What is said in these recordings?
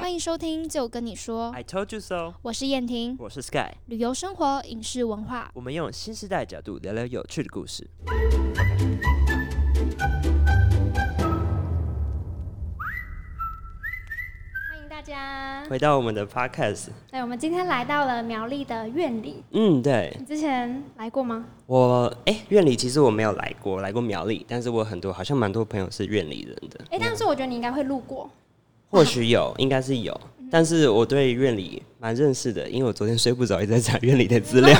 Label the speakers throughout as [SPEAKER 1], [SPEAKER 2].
[SPEAKER 1] 欢迎收听，就跟你
[SPEAKER 2] 哦
[SPEAKER 1] 说，
[SPEAKER 3] I told you so。
[SPEAKER 1] 我是燕婷，
[SPEAKER 3] 我是 Sky，
[SPEAKER 1] 旅游、生活、影视、文化，
[SPEAKER 3] 我们用新时代角度聊聊有趣的故事。
[SPEAKER 2] 欢迎大家。
[SPEAKER 3] 回到我们的 Podcast，
[SPEAKER 2] 对，我们今天来到了苗栗的院里，
[SPEAKER 3] 嗯，对
[SPEAKER 2] 你之前来过吗？
[SPEAKER 3] 我哎、院里其实我没有来过，来过苗栗，但是我很多好像蛮多朋友是院里人的，
[SPEAKER 2] 哎、但是我觉得你应该会路过。
[SPEAKER 3] 或许有，应该是有。
[SPEAKER 2] 嗯
[SPEAKER 3] 但是我对院里蛮认识的，因为我昨天睡不着，一直在查院里的 资料。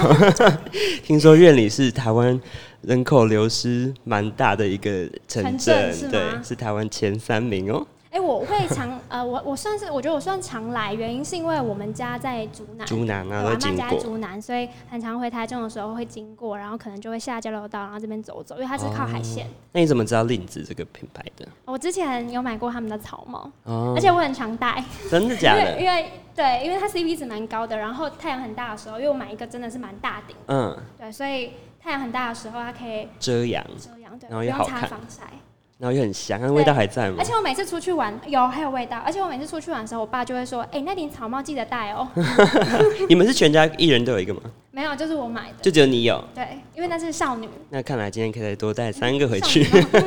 [SPEAKER 3] 听说院里是台湾人口流失蛮大的一个城镇
[SPEAKER 2] 城镇是，吗
[SPEAKER 3] 对，是台湾前三名哦、
[SPEAKER 2] 哎、我会 常呃，我我算是我觉得我算常来，原因是因为我们家在竹南，
[SPEAKER 3] 竹南
[SPEAKER 2] 对
[SPEAKER 3] 啊，
[SPEAKER 2] 我
[SPEAKER 3] 都
[SPEAKER 2] 阿
[SPEAKER 3] 经
[SPEAKER 2] 哎嬷家在
[SPEAKER 3] 过，
[SPEAKER 2] 竹南，所以很常回台中的时候会经过，然后可能就会下交流道，然后这边走走，因为它是靠海线。
[SPEAKER 3] 那你怎么知道令子这个品牌的？
[SPEAKER 2] 我之前有买过他们的草帽，
[SPEAKER 3] 哦
[SPEAKER 2] 而且我很常戴，
[SPEAKER 3] 真的
[SPEAKER 2] 因
[SPEAKER 3] 假
[SPEAKER 2] 为
[SPEAKER 3] 的？
[SPEAKER 2] 因为对，因为它 CP 值蛮高的，然后太阳很大的时候，因为我买一个真的是蛮大顶，
[SPEAKER 3] 嗯，
[SPEAKER 2] 对，所以太阳很大的时候它可以
[SPEAKER 3] 遮阳，
[SPEAKER 2] 遮阳，对，
[SPEAKER 3] 然后又
[SPEAKER 2] 不用
[SPEAKER 3] 好
[SPEAKER 2] 擦
[SPEAKER 3] 看嗯
[SPEAKER 2] 防晒。
[SPEAKER 3] 然后又很香，那味道还在吗
[SPEAKER 2] 而？且我每次出去玩有还有味道，而且我每次出去玩的时候，我爸就会说：“哎、那顶草帽记得 戴哦。
[SPEAKER 3] 你们是全家一人都有一个吗？”
[SPEAKER 2] 没有，就是我买的。
[SPEAKER 3] 就只有你有？
[SPEAKER 2] 对，因为那是少女。
[SPEAKER 3] 那看来今天可以再多带三个回去。
[SPEAKER 2] 少 女帽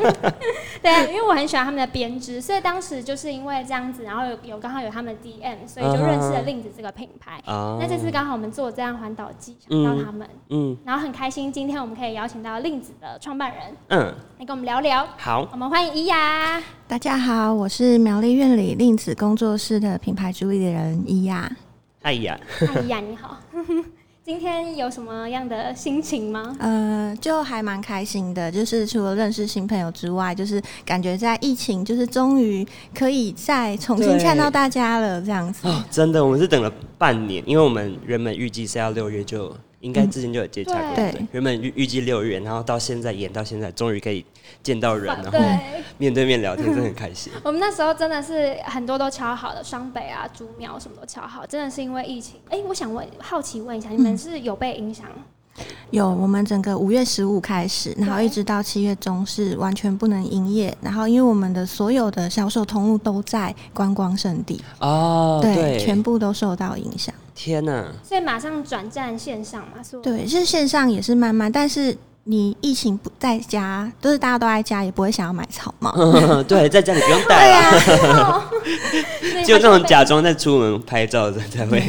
[SPEAKER 2] 对啊，因为我很喜欢他们的编织，所以当时就是因为这样子，然后有有刚好有他们的 DM，所以就认识了令子这个品牌。
[SPEAKER 3] 啊
[SPEAKER 2] 那这次刚好我们做这样环岛记，想到他们，
[SPEAKER 3] 嗯
[SPEAKER 2] 然后很开心，今天我们可以邀请到令子的创办人
[SPEAKER 3] 嗯，
[SPEAKER 2] 来跟我们聊聊。
[SPEAKER 3] 好，
[SPEAKER 2] 我们欢迎怡雅。
[SPEAKER 4] 大家好，我是苗栗院里令子工作室的品牌主理人伊亚。
[SPEAKER 3] 哎呀，
[SPEAKER 2] 嗨，怡雅你好， 今天有什么样的心情吗？
[SPEAKER 4] 呃，就还蛮开心的，就是除了认识新朋友之外，就是感觉在疫情，就是终于可以再重新
[SPEAKER 3] 对
[SPEAKER 4] 看到大家了，这样子。
[SPEAKER 3] 哦，真的，我们是等了半年，因为我们原本预计是要六月就。应该之前就有接洽过，
[SPEAKER 2] 嗯
[SPEAKER 4] 对
[SPEAKER 3] 不原本预预计六月，然后到现在延到现在，终于可以见到人，啊然后
[SPEAKER 2] 对，
[SPEAKER 3] 面对面聊天，真的很开心。
[SPEAKER 2] 我们那时候真的是很多都敲好了，双北啊、竹苗什么都敲好，真的是因为疫情。哎、我想问，好奇问一下，你们是有被影响？
[SPEAKER 4] 有，我们整个五月十五开始，然后一直到七月中是完全不能营业，然后因为我们的所有的销售通路都在观光圣地，
[SPEAKER 3] 哦，对，
[SPEAKER 4] 全部都受到影响。
[SPEAKER 3] 天哪、
[SPEAKER 2] 所以马上转战线上嘛，是我
[SPEAKER 4] 对，是线上也是慢慢，但是你疫情不在家，就是大家都在家，也不会想要买草帽。
[SPEAKER 3] 嗯对，在家里不用带了，
[SPEAKER 2] 所以
[SPEAKER 3] 就那
[SPEAKER 2] 还是有
[SPEAKER 3] 种
[SPEAKER 2] 被
[SPEAKER 3] 假装在出门拍照的才会。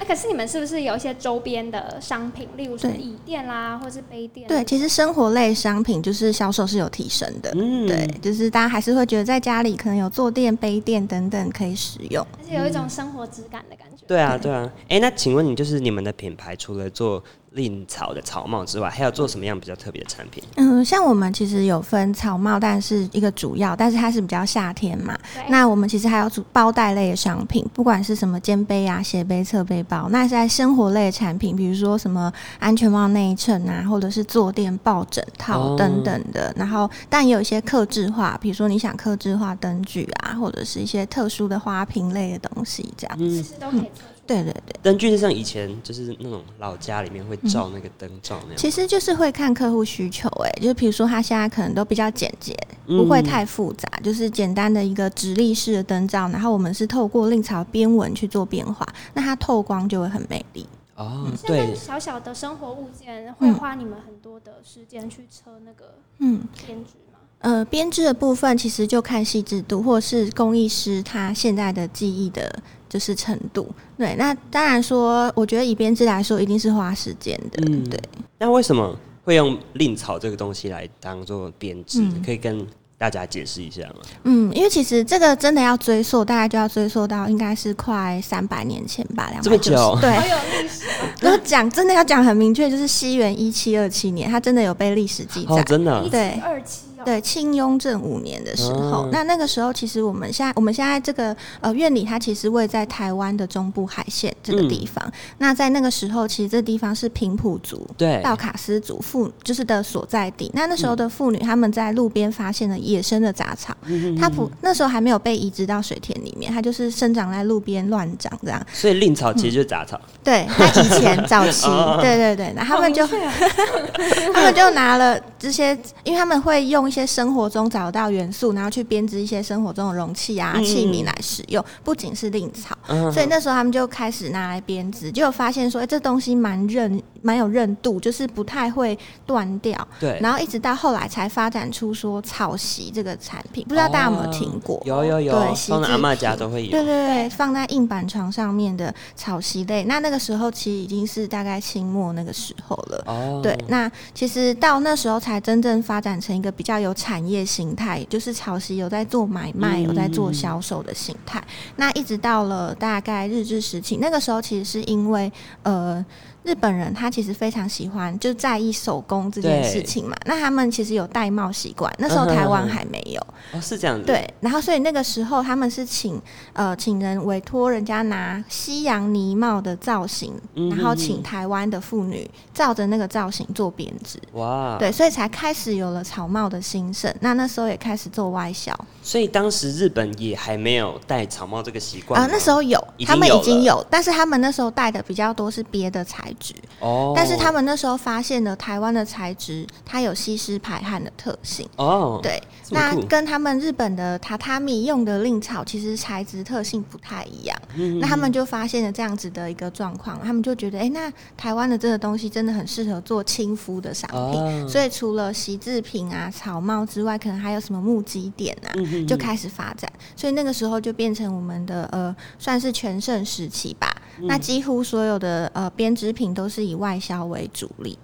[SPEAKER 2] 啊可是你们是不是有一些周边的商品，例如说
[SPEAKER 4] 对
[SPEAKER 2] 椅垫啦，或是杯垫？
[SPEAKER 4] 对，，其实生活类商品就是销售是有提升的。
[SPEAKER 3] 嗯，
[SPEAKER 4] 对，就是大家还是会觉得在家里可能有坐垫、杯垫等等可以使用。
[SPEAKER 2] 而且有一种生活质感的感觉。
[SPEAKER 3] 对啊，对啊。哎、那请问你就是你们的品牌除了做令草的草帽之外，还有做什么样比较特别的产品？
[SPEAKER 4] 嗯，像我们其实有分草帽，但是一个主要，但是它是比较夏天嘛。
[SPEAKER 2] 对
[SPEAKER 4] 那我们其实还有主包袋类的商品，不管是什么肩背啊、斜背、侧背包，那是在生活类的产品，比如说什么安全帽内衬啊，或者是坐垫、抱枕
[SPEAKER 3] 哦
[SPEAKER 4] 套等等的。然后，但也有一些客制化，比如说你想客制化灯具啊，或者是一些特殊的花瓶类的东西，这样。
[SPEAKER 2] 其实都可以做出。
[SPEAKER 4] 对对对，
[SPEAKER 3] 灯具是像以前就是那种老家里面会照那个灯罩那样，
[SPEAKER 4] 其实就是会看客户需求、欸，哎，就比如说他现在可能都比较简洁，
[SPEAKER 3] 嗯
[SPEAKER 4] 不会太复杂，就是简单的一个直立式的灯罩，然后我们是透过令草边纹去做变化，那它透光就会很美丽。
[SPEAKER 3] 哦，
[SPEAKER 4] 嗯
[SPEAKER 2] 像那
[SPEAKER 3] 对
[SPEAKER 2] 种，小小的生活物件，会花你们很多的时间去车那个
[SPEAKER 4] 嗯，
[SPEAKER 2] 编织吗？
[SPEAKER 4] 呃，编织的部分其实就看细致度，或是工艺师他现在的技艺的，就是程度。对，那当然说，我觉得以编织来说，一定是花时间的。
[SPEAKER 3] 嗯
[SPEAKER 4] 对，
[SPEAKER 3] 那为什么会用令草这个东西来当做编织？
[SPEAKER 4] 嗯
[SPEAKER 3] 可以跟大家解释一下吗？
[SPEAKER 4] 嗯，因为其实这个真的要追溯，大概就要追溯到应该是快三百年前吧，两
[SPEAKER 3] 这么
[SPEAKER 4] 百
[SPEAKER 3] 久
[SPEAKER 4] 对
[SPEAKER 2] 好，有历史 哦，
[SPEAKER 4] 然后讲真的要讲很明确，就是西元一七二七年，它真的有被历史记载。
[SPEAKER 3] 哦，真的啊、
[SPEAKER 2] 一
[SPEAKER 4] 对
[SPEAKER 2] 七二七哦。
[SPEAKER 4] 对，清雍正五年的时候，
[SPEAKER 3] 嗯
[SPEAKER 4] 那那个时候其实我们现在我们现在这个呃院里，它其实位在台湾的中部海线这个地
[SPEAKER 3] 嗯
[SPEAKER 4] 方。那在那个时候，其实这地方是平埔族。
[SPEAKER 3] 对，
[SPEAKER 4] 道卡斯族妇就是的所在地，那那时候的妇女她们在路边发现了野生的杂草，
[SPEAKER 3] 嗯
[SPEAKER 4] 它不那时候还没有被移植到水田里面，它就是生长在路边乱长这样。
[SPEAKER 3] 所以令草其实就是杂草，
[SPEAKER 4] 对，他以前早 期
[SPEAKER 3] 哦，
[SPEAKER 4] 对对对，那他们就
[SPEAKER 2] 好明确哦
[SPEAKER 4] 他们就拿了这些，因为他们会用一些生活中找到元素，然后去编织一些生活中的容器啊、
[SPEAKER 3] 嗯
[SPEAKER 4] 器皿来使用，不仅是令草。
[SPEAKER 3] 嗯
[SPEAKER 4] 所以那时候他们就开始拿来编织，就有发现说，哎、这东西蛮韧，蛮有韧度，就是不太会断掉。
[SPEAKER 3] 嗯对，
[SPEAKER 4] 然后一直到后来才发展出说草席这个产品，不知道大家有没有
[SPEAKER 3] 哦
[SPEAKER 4] 听过？
[SPEAKER 3] 有有有，
[SPEAKER 4] 对，席
[SPEAKER 3] 放在阿
[SPEAKER 4] 制
[SPEAKER 3] 嬷
[SPEAKER 4] 品
[SPEAKER 3] 家都会
[SPEAKER 4] 对
[SPEAKER 3] 有。
[SPEAKER 4] 对对，放在硬板床上面的草席类，那那个时候其实已经是大概清末那个时候了。
[SPEAKER 3] 哦，
[SPEAKER 4] 对，那其实到那时候才真正发展成一个比较有产业形态，就是草席有在做买卖，
[SPEAKER 3] 嗯
[SPEAKER 4] 有在做销售的形态。那一直到了大概日治时期，那个时候其实是因为呃。日本人他其实非常喜欢，就在意手工这件
[SPEAKER 3] 对
[SPEAKER 4] 事情嘛。那他们其实有戴帽习惯，那时候
[SPEAKER 3] 嗯哼
[SPEAKER 4] 台湾
[SPEAKER 3] 哼
[SPEAKER 4] 还没有。
[SPEAKER 3] 哦是这样子。，
[SPEAKER 4] 对，然后所以那个时候他们是请呃请人委托人家拿西洋呢帽的造型，
[SPEAKER 3] 嗯
[SPEAKER 4] 然后
[SPEAKER 3] 嗯
[SPEAKER 4] 请
[SPEAKER 3] 嗯
[SPEAKER 4] 台湾的妇女照着那个造型做编织。
[SPEAKER 3] 哇，
[SPEAKER 4] 对，所以才开始有了草帽的兴盛。那那时候也开始做外销
[SPEAKER 3] 所以当时日本也还没有戴草帽这个习惯
[SPEAKER 4] 啊、那时候有
[SPEAKER 3] 已，
[SPEAKER 4] 他
[SPEAKER 3] 经
[SPEAKER 4] 们
[SPEAKER 3] 有
[SPEAKER 4] 已经
[SPEAKER 3] 了
[SPEAKER 4] 有，但是他们那时候戴的比较多是别的材质，
[SPEAKER 3] 候，哦，
[SPEAKER 4] 但是他们那时候发现了台湾的材质，它有吸湿排汗的特性。
[SPEAKER 3] 哦，，
[SPEAKER 4] 对，
[SPEAKER 3] 这么
[SPEAKER 4] 那
[SPEAKER 3] 酷
[SPEAKER 4] 跟他们日本的榻榻米用的令草其实材质特性不太一样，
[SPEAKER 3] 嗯
[SPEAKER 4] 那他们就发现了这样子的一个状况，他们就觉得，哎、那台湾的这个东西真的很适合做亲肤的商品，
[SPEAKER 3] 哦
[SPEAKER 4] 所以除了席制品啊、草帽之外，可能还有什么木屐点
[SPEAKER 3] 嗯
[SPEAKER 4] 啊，就开始发展，所以那个时候就变成我们的呃，算是全盛时期吧。
[SPEAKER 3] 嗯
[SPEAKER 4] 那几乎所有的呃编织品都是以外销为主力，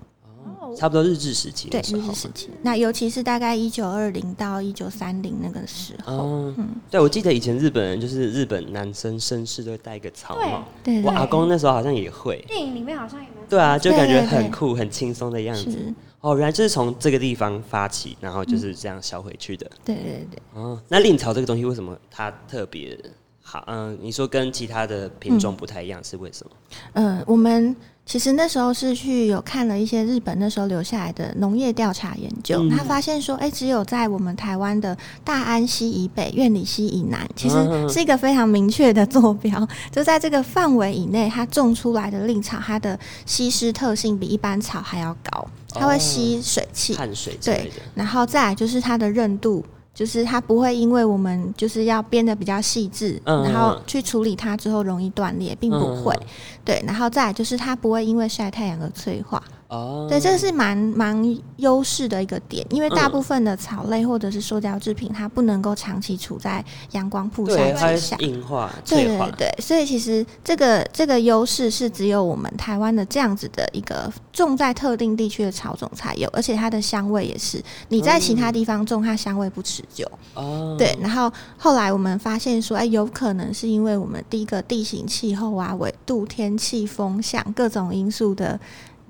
[SPEAKER 2] 哦
[SPEAKER 3] 差不多日治时期
[SPEAKER 4] 对
[SPEAKER 3] 的，时
[SPEAKER 4] 日
[SPEAKER 3] 候
[SPEAKER 4] 治时期。那尤其是大概一九二零到一九三零那个时候，
[SPEAKER 3] 哦，对，我记得以前日本人就是日本男生绅士都会戴一个草帽，
[SPEAKER 4] 对
[SPEAKER 3] 我
[SPEAKER 4] 对
[SPEAKER 3] 阿公那时候好像也会，
[SPEAKER 2] 电影里面好像也蛮
[SPEAKER 3] 对啊，就感觉
[SPEAKER 4] 对对
[SPEAKER 3] 很酷、很轻松的样
[SPEAKER 4] 是，嗯
[SPEAKER 3] 子。哦，原来就是从这个地方发起，然后就是这样销回去的。
[SPEAKER 4] 对对对。
[SPEAKER 3] 哦，那令草这个东西为什么它特别好？嗯，你说跟其他的品种不太一样，是为什么？
[SPEAKER 4] 嗯，我们其实那时候是去有看了一些日本那时候留下来的农业调查研究，
[SPEAKER 3] 嗯
[SPEAKER 4] 他发现说，哎、只有在我们台湾的大安溪以北、苑里溪以南，其实
[SPEAKER 3] 嗯
[SPEAKER 4] 是一个非常明确的坐标，就在这个范围以内，它种出来的令草，它的吸湿特性比一般草还要高，它会
[SPEAKER 3] 哦
[SPEAKER 4] 吸水汽，
[SPEAKER 3] 汗水之类的。
[SPEAKER 4] 然后再来就是它的韧度，就是它不会因为我们就是要编的比较细致，
[SPEAKER 3] 嗯
[SPEAKER 4] 然后去处理它之后容易断裂，并不会。
[SPEAKER 3] 嗯
[SPEAKER 4] 对，然后再来就是它不会因为晒太阳而脆化。
[SPEAKER 3] 哦，
[SPEAKER 4] 对，这个是蛮蛮优势的一个点，因
[SPEAKER 3] 嗯
[SPEAKER 4] 为大部分的草类或者是塑胶制品，它不能够长期处在阳光曝晒
[SPEAKER 3] 对，它
[SPEAKER 4] 之
[SPEAKER 3] 会
[SPEAKER 4] 下。
[SPEAKER 3] 硬化、
[SPEAKER 4] 对
[SPEAKER 3] 脆化
[SPEAKER 4] 对。对，所以其实这个这个优势是只有我们台湾的这样子的一个种在特定地区的草种才有，而且它的香味也是你在其他地方种，它香味不持久。
[SPEAKER 3] 哦，
[SPEAKER 4] 对，然后后来我们发现说，哎，有可能是因为我们第一个地形、气候啊、纬度、天气、风向各种因素的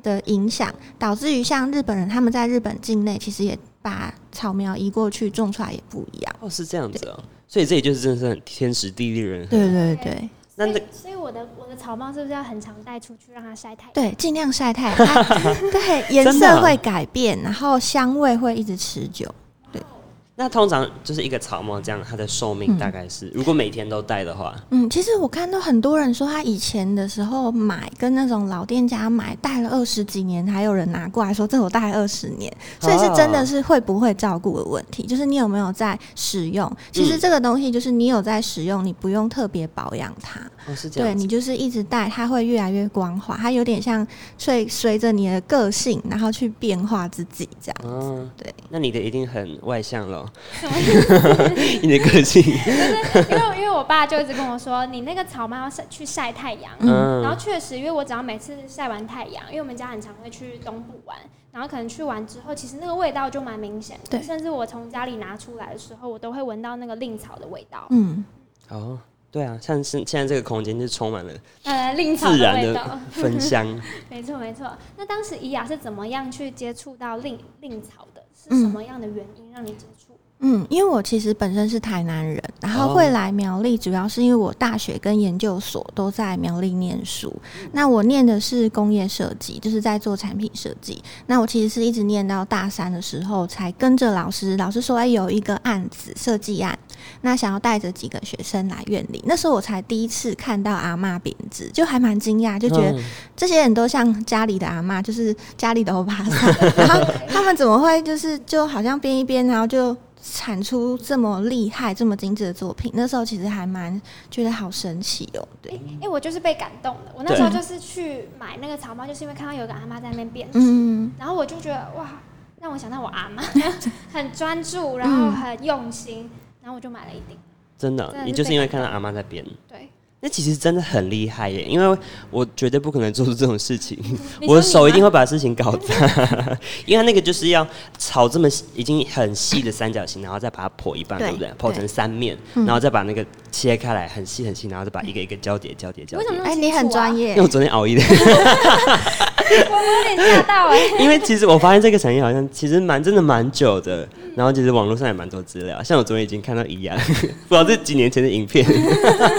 [SPEAKER 4] 的影响，导致于像日本人他们在日本境内其实也把草苗移过去种出来也不一样。
[SPEAKER 3] 哦，是这样子哦。所以这里就是真的是很天时地利人和。
[SPEAKER 4] 对对对。
[SPEAKER 3] 那
[SPEAKER 2] 所
[SPEAKER 3] 那
[SPEAKER 2] 以，所以我的我的草帽是不是要很常带出去，让它晒太阳？
[SPEAKER 4] 对，尽量晒太阳。 它对，颜
[SPEAKER 3] 真的啊
[SPEAKER 4] 色会改变，然后香味会一直持久。
[SPEAKER 3] 那通常就是一个草帽这样，它的寿命大概是，如果每天都戴的话，
[SPEAKER 4] 嗯，其实我看到很多人说，他以前的时候买，跟那种老店家买，戴了二十几年，还有人拿过来说这我戴了二十年，
[SPEAKER 3] 哦
[SPEAKER 4] 所以是真的是会不会照顾的问题，就是你有没有在使用。其实
[SPEAKER 3] 嗯
[SPEAKER 4] 这个东西就是你有在使用，你不用特别保养它。
[SPEAKER 3] 哦，是这
[SPEAKER 4] 对
[SPEAKER 3] 样
[SPEAKER 4] 你
[SPEAKER 3] 子。
[SPEAKER 4] 就是一直戴，它会越来越光滑，它有点像随随着你的个性，然后去变化自己这样。
[SPEAKER 3] 嗯，
[SPEAKER 4] 对，
[SPEAKER 3] 那你的一定很外向咯，
[SPEAKER 2] 什么意思？
[SPEAKER 3] 你的个性，
[SPEAKER 2] 因为因为我爸就一直跟我说，你那个草帽要晒去晒太阳。然后
[SPEAKER 3] 嗯，
[SPEAKER 2] 确实，因为我只要每次晒完太阳，因为我们家很常会去东部玩，然后可能去完之后，其实那个味道就蛮明显的。
[SPEAKER 4] 对
[SPEAKER 2] 甚至我从家里拿出来的时候，我都会闻到那个令草的味道，
[SPEAKER 4] 嗯，
[SPEAKER 3] 哦，对啊，像是现在这个空间就充满了
[SPEAKER 2] 呃，令草
[SPEAKER 3] 自
[SPEAKER 2] 的
[SPEAKER 3] 然
[SPEAKER 2] 味
[SPEAKER 3] 的
[SPEAKER 2] 道。
[SPEAKER 3] 芬香。
[SPEAKER 2] 没错没错。那当时怡雅是怎么样去接触到令令草的？是什么样的原因让你接触？
[SPEAKER 4] 嗯，因为我其实本身是台南人，然后
[SPEAKER 3] 哦
[SPEAKER 4] 会来苗栗，主要是因为我大学跟研究所都在苗栗念书。那我念的是工业设计，就是在做产品设计。那我其实是一直念到大三的时候，才跟着老师，老师说哎有一个案子设计案，那想要带着几个学生来院里。那时候我才第一次看到阿嬷匾字，就还蛮惊讶， 就觉得
[SPEAKER 3] 嗯
[SPEAKER 4] 这些人都像家里的阿嬷，就是家里的欧巴桑，然后他们怎么会就是就好像编一编，然后就产出这么厉害、这么精致的作品？那时候其实还蛮觉得好神奇哦，对，
[SPEAKER 2] 哎、我就是被感动了。我那时候就是去买那个草帽，就是因为看到有一个阿妈在那边编织，
[SPEAKER 4] 嗯，
[SPEAKER 2] 然后我就觉得哇，让我想到我阿 妈，很专注，然后很用心，然后我就买了一
[SPEAKER 4] 嗯
[SPEAKER 2] 顶。
[SPEAKER 3] 真的
[SPEAKER 2] 真，的
[SPEAKER 3] 你
[SPEAKER 2] 是
[SPEAKER 3] 就是
[SPEAKER 2] 被
[SPEAKER 3] 因为
[SPEAKER 2] 感
[SPEAKER 3] 看到
[SPEAKER 2] 动
[SPEAKER 3] 阿妈在编，
[SPEAKER 2] 对，
[SPEAKER 3] 那其实真的很厉害耶，因为我绝对不可能做出这种事情，
[SPEAKER 2] 你说
[SPEAKER 3] 我的
[SPEAKER 2] 你
[SPEAKER 3] 手一定
[SPEAKER 2] 吗
[SPEAKER 3] 会把事情搞砸， 因为它那个就是要炒这么细已经很细的三角形，然后再把它剖一半，
[SPEAKER 4] 对嗯
[SPEAKER 3] 对不对？剖成三面，然后再把那个切开来，很细很细，然后再把一个一个交叠交叠交
[SPEAKER 2] 为什
[SPEAKER 3] 叠
[SPEAKER 2] 么。啊
[SPEAKER 4] 哎、你很专
[SPEAKER 2] 业，
[SPEAKER 3] 因
[SPEAKER 4] 业
[SPEAKER 3] 为，我昨天熬夜的，
[SPEAKER 2] 我有点吓到 哎、
[SPEAKER 3] 因为其实我发现这个产业好像其实蛮真的蛮久的，然后其实网络上也蛮多资料，像我昨天已经看到一样， 不知道是几年前的影片，
[SPEAKER 4] 嗯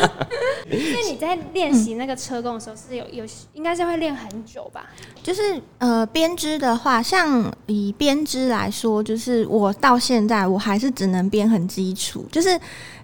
[SPEAKER 2] 那你在练习那个车工的时候是有有应该是会练很久吧？
[SPEAKER 4] 就是呃，编织的话，像以编织来说，就是我到现在我还是只能编很基础，就是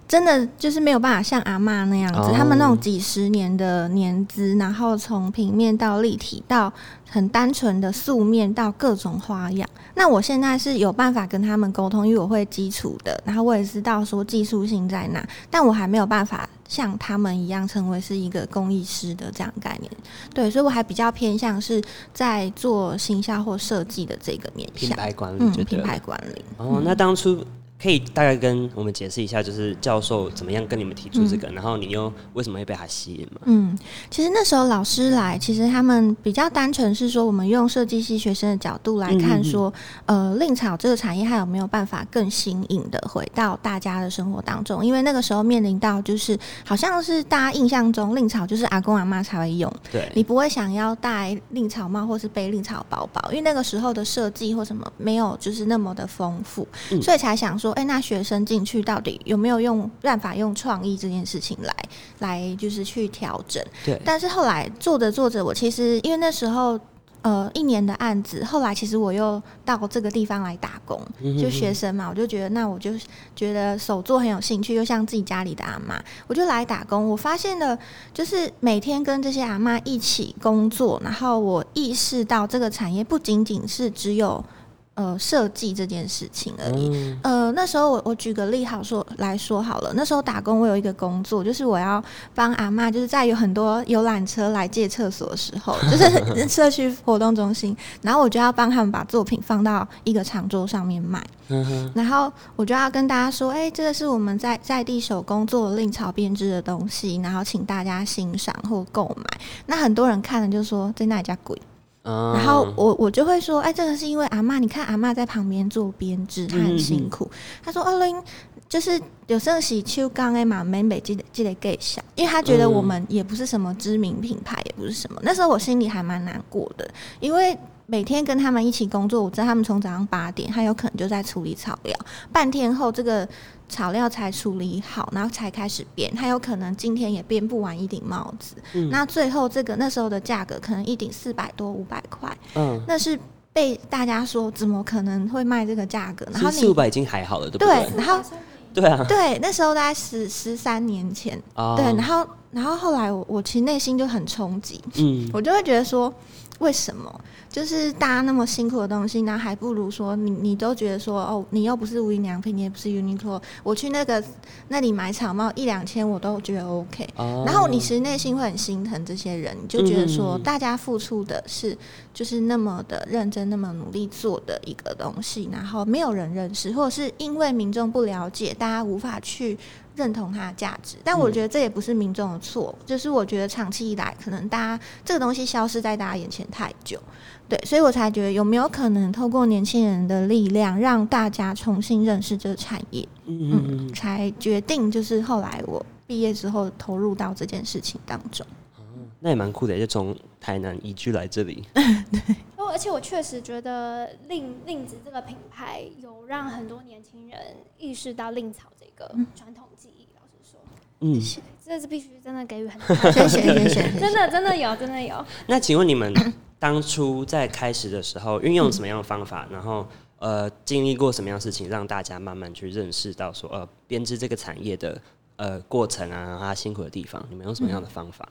[SPEAKER 4] 真的就是没有办法像阿嬷那样子，
[SPEAKER 3] 哦
[SPEAKER 4] 他们那种几十年的年资，然后从平面到立体到很单纯的素面到各种花样。那我现在是有办法跟他们沟通，因为我会基础的，然后我也知道说技术性在哪，但我还没有办法像他们一样成为是一个工艺师的这样的概念。对，所以我还比较偏向是在做行销或设计的这个面
[SPEAKER 3] 品
[SPEAKER 4] 向，
[SPEAKER 3] 牌管理
[SPEAKER 4] 嗯，
[SPEAKER 3] 觉
[SPEAKER 4] 品
[SPEAKER 3] 得
[SPEAKER 4] 牌管理。
[SPEAKER 3] 哦，那当初可以大概跟我们解释一下，就是教授怎么样跟你们提出这个，然后你又为什么会被他吸引吗？
[SPEAKER 4] 嗯，其实那时候老师来，其实他们比较单纯是说，我们用设计系学生的角度来
[SPEAKER 3] 嗯
[SPEAKER 4] 看说，呃，令草这个产业还有没有办法更新颖的回到大家的生活当中？因为那个时候面临到就是，好像是大家印象中令草就是阿公阿妈才会用，
[SPEAKER 3] 对，
[SPEAKER 4] 你不会想要戴令草帽或是背令草包包，因为那个时候的设计或什么没有就是那么的丰富，
[SPEAKER 3] 嗯
[SPEAKER 4] 所以才想说，哎、那学生进去到底有没有用办法用创意这件事情来来就是去调整？
[SPEAKER 3] 对
[SPEAKER 4] 但是后来做着做着，我其实因为那时候。呃，一年的案子，后来其实我又到这个地方来打工，
[SPEAKER 3] 嗯
[SPEAKER 4] 就学生嘛，我就觉得那我就觉得手作很有兴趣，又像自己家里的阿妈，我就来打工。我发现了，就是每天跟这些阿妈一起工作，然后我意识到这个产业不仅仅是只有呃设计这件事情而已，
[SPEAKER 3] 嗯，
[SPEAKER 4] 呃，那时候我我举个例好说来说好了，那时候打工我有一个工作，就是我要帮阿嬷，就是在有很多游览车来借厕所的时候， 就是社区活动中心，然后我就要帮他们把作品放到一个长桌上面卖，
[SPEAKER 3] 嗯
[SPEAKER 4] 然后我就要跟大家说，哎、这个是我们在在地手工做的令草编织的东西，然后请大家欣赏或购买。那很多人看了就说在那里家鬼。然
[SPEAKER 3] 然
[SPEAKER 4] 后我我就会说，哎，这个是因为阿嬷，你看阿嬷在旁边做编织，她很辛苦。她说，哦二零就是有时候是秋刚哎嘛，美美记得记得给下，因为她觉得我们也不是什么知名品牌，也不是什么。那时候我心里还蛮难过的，因为。每天跟他们一起工作，我知道他们从早上八点，他有可能就在处理草料，半天后这个草料才处理好，然后才开始编，他有可能今天也编不完一顶帽子。那最后这个那时候的价格可能一顶四百多五百块，
[SPEAKER 3] 嗯，
[SPEAKER 4] 那是被大家说怎么可能会卖这个价格？然后
[SPEAKER 3] 四五
[SPEAKER 4] 你
[SPEAKER 3] 百已经还好了，对不
[SPEAKER 4] 对
[SPEAKER 3] 对？，
[SPEAKER 4] 然后
[SPEAKER 3] 对啊，
[SPEAKER 4] 对那时候大概十十三年前，
[SPEAKER 3] 啊
[SPEAKER 4] 对，然后然后后来我我其实内心就很冲击，
[SPEAKER 3] 嗯，
[SPEAKER 4] 我就会觉得说，为什么就是大家那么辛苦的东西，那还不如说你你都觉得说哦，你又不是无印良品，你也不是 Uniqlo，我去那个那里买草帽一两千我都觉得 OK，
[SPEAKER 3] 哦
[SPEAKER 4] 然后你其实内心会很心疼这些人，你就觉得说
[SPEAKER 3] 嗯
[SPEAKER 4] 大家付出的是就是那么的认真、那么努力做的一个东西，然后没有人认识，或者是因为民众不了解，大家无法去认同它的价值。
[SPEAKER 3] 嗯
[SPEAKER 4] 但我觉得这也不是民众的错，就是我觉得长期以来，可能大家这个东西消失在大家眼前太久，对，所以我才觉得有没有可能透过年轻人的力量，让大家重新认识这个产业。
[SPEAKER 3] 嗯嗯
[SPEAKER 4] 嗯，
[SPEAKER 3] 嗯
[SPEAKER 4] 才决定就是后来我毕业之后投入到这件事情当中。
[SPEAKER 3] 那也蛮酷的，就从台南移居来这里。
[SPEAKER 2] 哦，而且我确实觉得令令子这个品牌有让很多年轻人意识到令草这个传统技艺。老实说，
[SPEAKER 3] 嗯，
[SPEAKER 2] 这是必须真的给予 很大的
[SPEAKER 4] 谢谢谢谢，
[SPEAKER 2] 真的真的有真的有。
[SPEAKER 3] 那请问你们 当初在开始的时候运用什么样的方法？然后呃，经历过什么样的事情，让大家慢慢去认识到说呃，编织这个产业的呃过程啊，然后它辛苦的地方，你们用什么样的方法？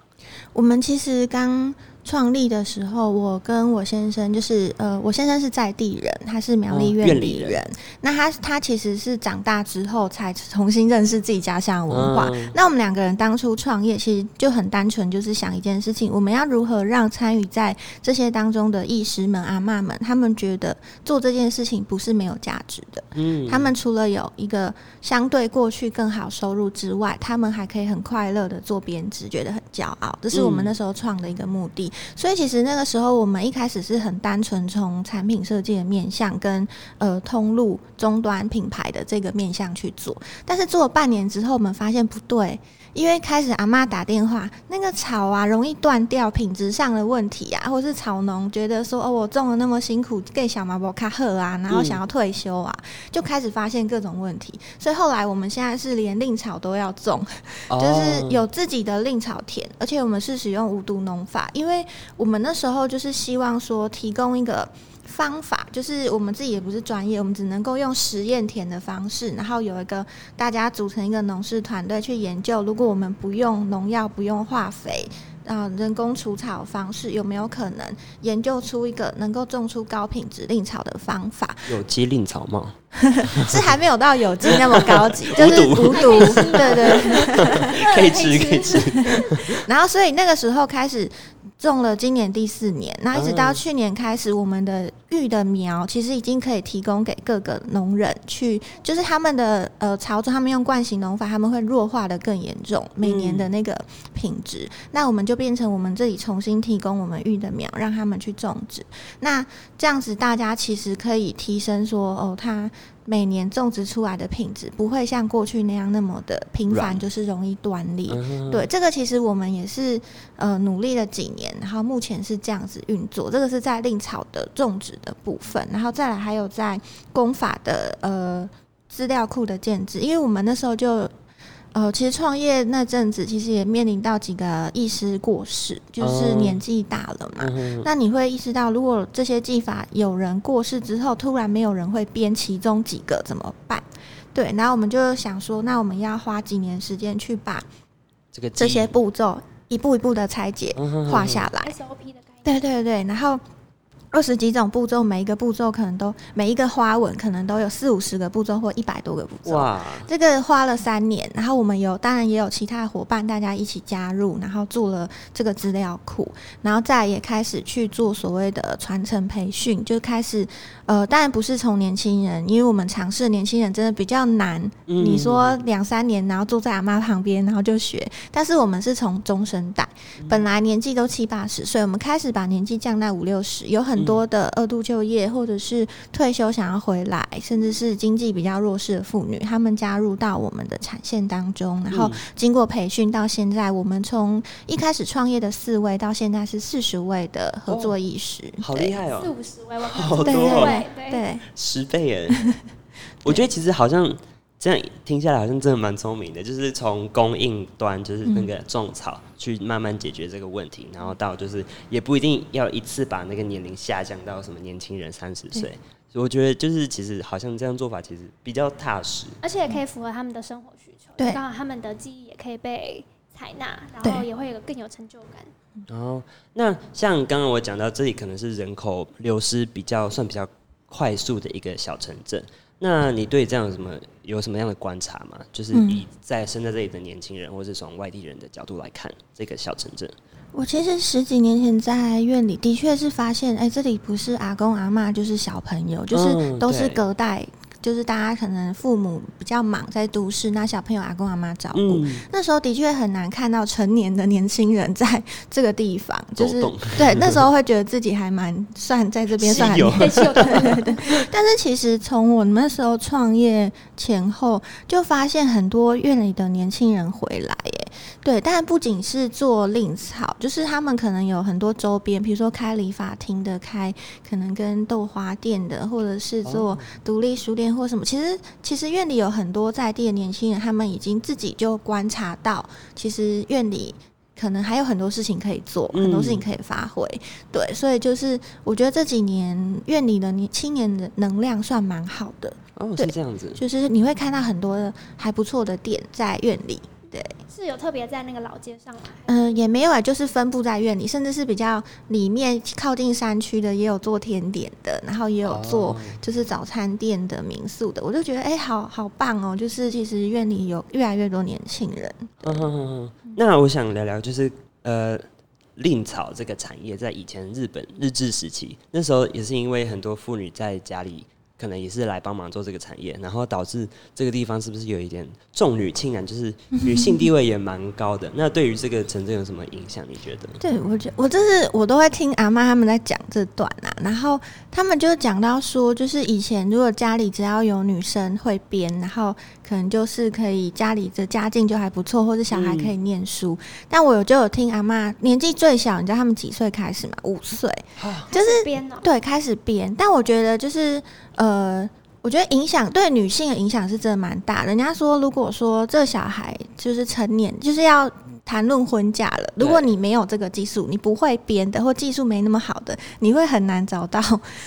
[SPEAKER 4] 我们其实刚创立的时候，我跟我先生就是呃，我先生是在地人，他是苗
[SPEAKER 3] 哦
[SPEAKER 4] 栗院
[SPEAKER 3] 院
[SPEAKER 4] 里
[SPEAKER 3] 里
[SPEAKER 4] 人。那他他其实是长大之后才重新认识自己家乡的文化。
[SPEAKER 3] 嗯
[SPEAKER 4] 那我们两个人当初创业，其实就很单纯，就是想一件事情：我们要如何让参与在这些当中的医师们、阿嬷们，他们觉得做这件事情不是没有价值的。
[SPEAKER 3] 嗯
[SPEAKER 4] 他们除了有一个相对过去更好收入之外，他们还可以很快乐的做编织，觉得很骄傲。这是我们那时候创的一个目的。所以其实那个时候我们一开始是很单纯从产品设计的面向跟呃通路终端品牌的这个面向去做，但是做了半年之后，我们发现不对。因为开始阿妈打电话，那个草啊容易断掉，品质上的问题啊，或是草农觉得说哦，我种了那么辛苦，给小麻伯卡喝啊，然后想要退休啊，就开始发现各种问题，所以后来我们现在是连令草都要种，就是有自己的令草田，而且我们是使用无毒农法，因为我们那时候就是希望说提供一个。方法就是我们自己也不是专业，我们只能够用实验田的方式，然后有一个大家组成一个农事团队去研究，如果我们不用农药、不用化肥，啊、人工除草方式，有没有可能研究出一个能够种出高品质令草的方法？
[SPEAKER 3] 有机令草帽，
[SPEAKER 4] 是还没有到有机那么高级，就是
[SPEAKER 3] 无毒
[SPEAKER 4] 无毒，对对。
[SPEAKER 3] 可以吃，可以吃。
[SPEAKER 4] 然后所以那个时候开始种了，今年第四年，那一直到
[SPEAKER 3] 嗯
[SPEAKER 4] 去年开始，我们的玉的苗其实已经可以提供给各个农人去，就是他们的呃草种，他们用惯性农法，他们会弱化的更严重，每年
[SPEAKER 3] 嗯
[SPEAKER 4] 的那个品质。那我们就变成我们这里重新提供我们玉的苗，让他们去种植。那这样子大家其实可以提升说哦，它。每年种植出来的品质不会像过去那样那么的频繁，
[SPEAKER 3] 软
[SPEAKER 4] 就是容易断裂。
[SPEAKER 3] 嗯
[SPEAKER 4] 对，这个其实我们也是呃努力了几年，然后目前是这样子运作。这个是在令草的种植的部分，然后再来还有在工法的呃资料库的建制，因为我们那时候就。呃，其实创业那阵子，其实也面临到几个医师过世，就是
[SPEAKER 3] 哦
[SPEAKER 4] 年纪大了嘛。
[SPEAKER 3] 嗯
[SPEAKER 4] 那你会意识到，如果这些技法有人过世之后，突然没有人会编其中几个怎么办？对，然后我们就想说，那我们要花几年时间去把
[SPEAKER 3] 这个
[SPEAKER 4] 这
[SPEAKER 3] 记忆
[SPEAKER 4] 些步骤一步一步的拆解
[SPEAKER 3] 嗯哼
[SPEAKER 4] 画下来。
[SPEAKER 2] SOP 的概念。
[SPEAKER 4] 对对对，然后二十几种步骤，每一个步骤可能都每一个花纹可能都有四五十个步骤或一百多个步骤。
[SPEAKER 3] 哇，
[SPEAKER 4] 这个花了三年，然后我们有，当然也有其他的伙伴，大家一起加入，然后做了这个资料库，然后再也开始去做所谓的传承培训，就开始，呃，当然不是从年轻人，因为我们尝试的年轻人真的比较难
[SPEAKER 3] 嗯
[SPEAKER 4] 你说两三年，然后坐在阿妈旁边，然后就学。但是我们是从中生代，
[SPEAKER 3] 嗯
[SPEAKER 4] 本来年纪都七八十岁，我们开始把年纪降到五六十。有很
[SPEAKER 3] 嗯
[SPEAKER 4] 多的二度就业，或者是退休想要回来，甚至是经济比较弱势的妇女，她们加入到我们的产线当中，然
[SPEAKER 3] 嗯
[SPEAKER 4] 后经过培训到现在，我们从一开始创业的四位，到现在是四十位的合作医师，
[SPEAKER 3] 哦好
[SPEAKER 4] 对
[SPEAKER 3] 厉害哦
[SPEAKER 2] 四，五十位，我
[SPEAKER 3] 好
[SPEAKER 4] 多哦
[SPEAKER 2] 对对对，
[SPEAKER 4] 对，
[SPEAKER 3] 十倍耶！我觉得其实好像这样听下来，好像真的蛮聪明的，就是从供应端，就是那个种草、去慢慢解决这个问题，然后到就是也不一定要一次把那个年龄下降到什么年轻人三十岁，所以我觉得就是其实好像这样做法其实比较踏实。
[SPEAKER 2] 而且也可以符合他们的生活需求，
[SPEAKER 4] 对
[SPEAKER 2] 刚好他们的记忆也可以被采纳，然后
[SPEAKER 4] 对
[SPEAKER 2] 也会有更有成就感。
[SPEAKER 3] 然后那像刚刚我讲到这里，可能是人口流失比较算比较快速的一个小城镇。那你对这样有什么有什么样的观察吗？就是
[SPEAKER 4] 嗯
[SPEAKER 3] 以在生在这里的年轻人，或是从外地人的角度来看这个小城镇，
[SPEAKER 4] 我其实十几年前在院里，的确是发现，哎、这里不是阿公阿嬷就是小朋友，就是
[SPEAKER 3] 嗯
[SPEAKER 4] 都是
[SPEAKER 3] 对
[SPEAKER 4] 隔代，就是大家可能父母比较忙在都市，那小朋友阿公阿妈照顾。
[SPEAKER 3] 嗯，
[SPEAKER 4] 那时候的确很难看到成年的年轻人在这个地方，就是
[SPEAKER 3] 走动
[SPEAKER 4] 对那时候会觉得自己还蛮算在这边算 很
[SPEAKER 3] 稀有
[SPEAKER 2] 对，是有可能
[SPEAKER 4] 但是其实从我那时候创业前后，就发现很多院里的年轻人回来耶，对，但不仅是做令草，就是他们可能有很多周边，比如说开理发厅的，开可能跟豆花店的，或者是
[SPEAKER 3] 哦
[SPEAKER 4] 做独立书店或什么。其实其实院里有很多在地的年轻人，他们已经自己就观察到，其实院里。可能还有很多事情可以做，很多事情可以发挥，对，所以就是我觉得这几年院里的年青年的能量算蛮好的，
[SPEAKER 3] 哦，
[SPEAKER 4] 对
[SPEAKER 3] 是这样子，
[SPEAKER 4] 就是你会看到很多的还不错的点在院里，
[SPEAKER 2] 是有特别在那个老街上来，
[SPEAKER 4] 嗯、也没有啊，就是分布在院里，甚至是比较里面靠近山区的，也有做甜点的，然后也有做
[SPEAKER 3] 哦
[SPEAKER 4] 就是早餐店的、民宿的，我就觉得哎、好好棒哦！就是其实院里有越来越多年轻人，
[SPEAKER 3] 嗯哼哼哼那我想聊聊，就是呃，令草这个产业在以前日本日治时期，那时候也是因为很多妇女在家里可能也是来帮忙做这个产业，然后导致这个地方是不是有一点重女轻男，就是女性地位也蛮高的？那对于这个城镇有什么影响？你觉得？
[SPEAKER 4] 对，我觉我就是我都会听阿妈他们在讲这段啊，然后他们就讲到说，就是以前如果家里只要有女生会编，然后可能就是可以家里的家境就还不错，或者小孩可以念书。但我有就有听阿妈年纪最小，你知道他们几岁开始吗？五岁，就是
[SPEAKER 2] 开始编哦，
[SPEAKER 4] 对，开始编。但我觉得就是呃，我觉得影响对女性的影响是真的蛮大的。人家说，如果说这小孩就是成年，就是要谈论婚嫁了，如果
[SPEAKER 3] 对
[SPEAKER 4] 你没有这个技术，你不会编的，或技术没那么好的，你会很难找到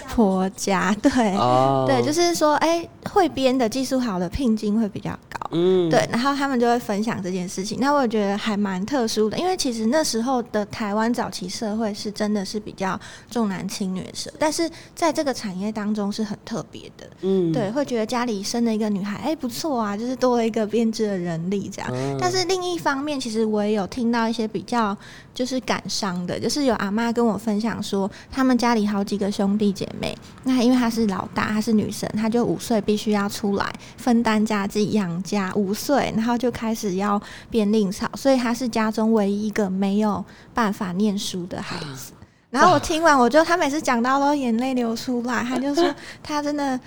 [SPEAKER 4] 婆家。对。
[SPEAKER 3] 哦
[SPEAKER 4] 对，就是说，哎、会编的技术好的聘金会比较高。
[SPEAKER 3] 嗯
[SPEAKER 4] 对，然后他们就会分享这件事情。那我觉得还蛮特殊的，因为其实那时候的台湾早期社会是真的是比较重男轻女的社会，但是在这个产业当中是很特别的。
[SPEAKER 3] 嗯
[SPEAKER 4] 对，会觉得家里生了一个女孩，哎，不错啊，就是多了一个编织的人力这样。
[SPEAKER 3] 嗯
[SPEAKER 4] 但是另一方面，其实我也有听到一些比较就是感伤的，就是有阿妈跟我分享说，他们家里好几个兄弟姐妹，那因为她是老大，她是女生，她就五岁必须要出来分担家计养家，五岁然后就开始要变令草，所以她是家中唯一一个没有办法念书的孩子。然后我听完，我就他每次讲到都眼泪流出来，他就说他真的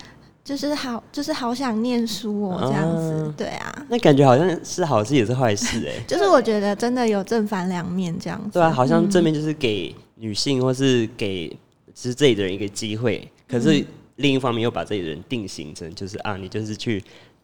[SPEAKER 4] 就是好，就是好想念书哦，这样子
[SPEAKER 3] 啊，
[SPEAKER 4] 对啊，
[SPEAKER 3] 那感觉好像是好事也是坏事哎、
[SPEAKER 4] 就是我觉得真的有正反两面这样子，
[SPEAKER 3] 对啊，好像
[SPEAKER 4] 嗯
[SPEAKER 3] 正面就是给女性或是给就是这里的人一个机会，可
[SPEAKER 4] 嗯
[SPEAKER 3] 是另一方面又把这里的人定型成就是啊，你就是去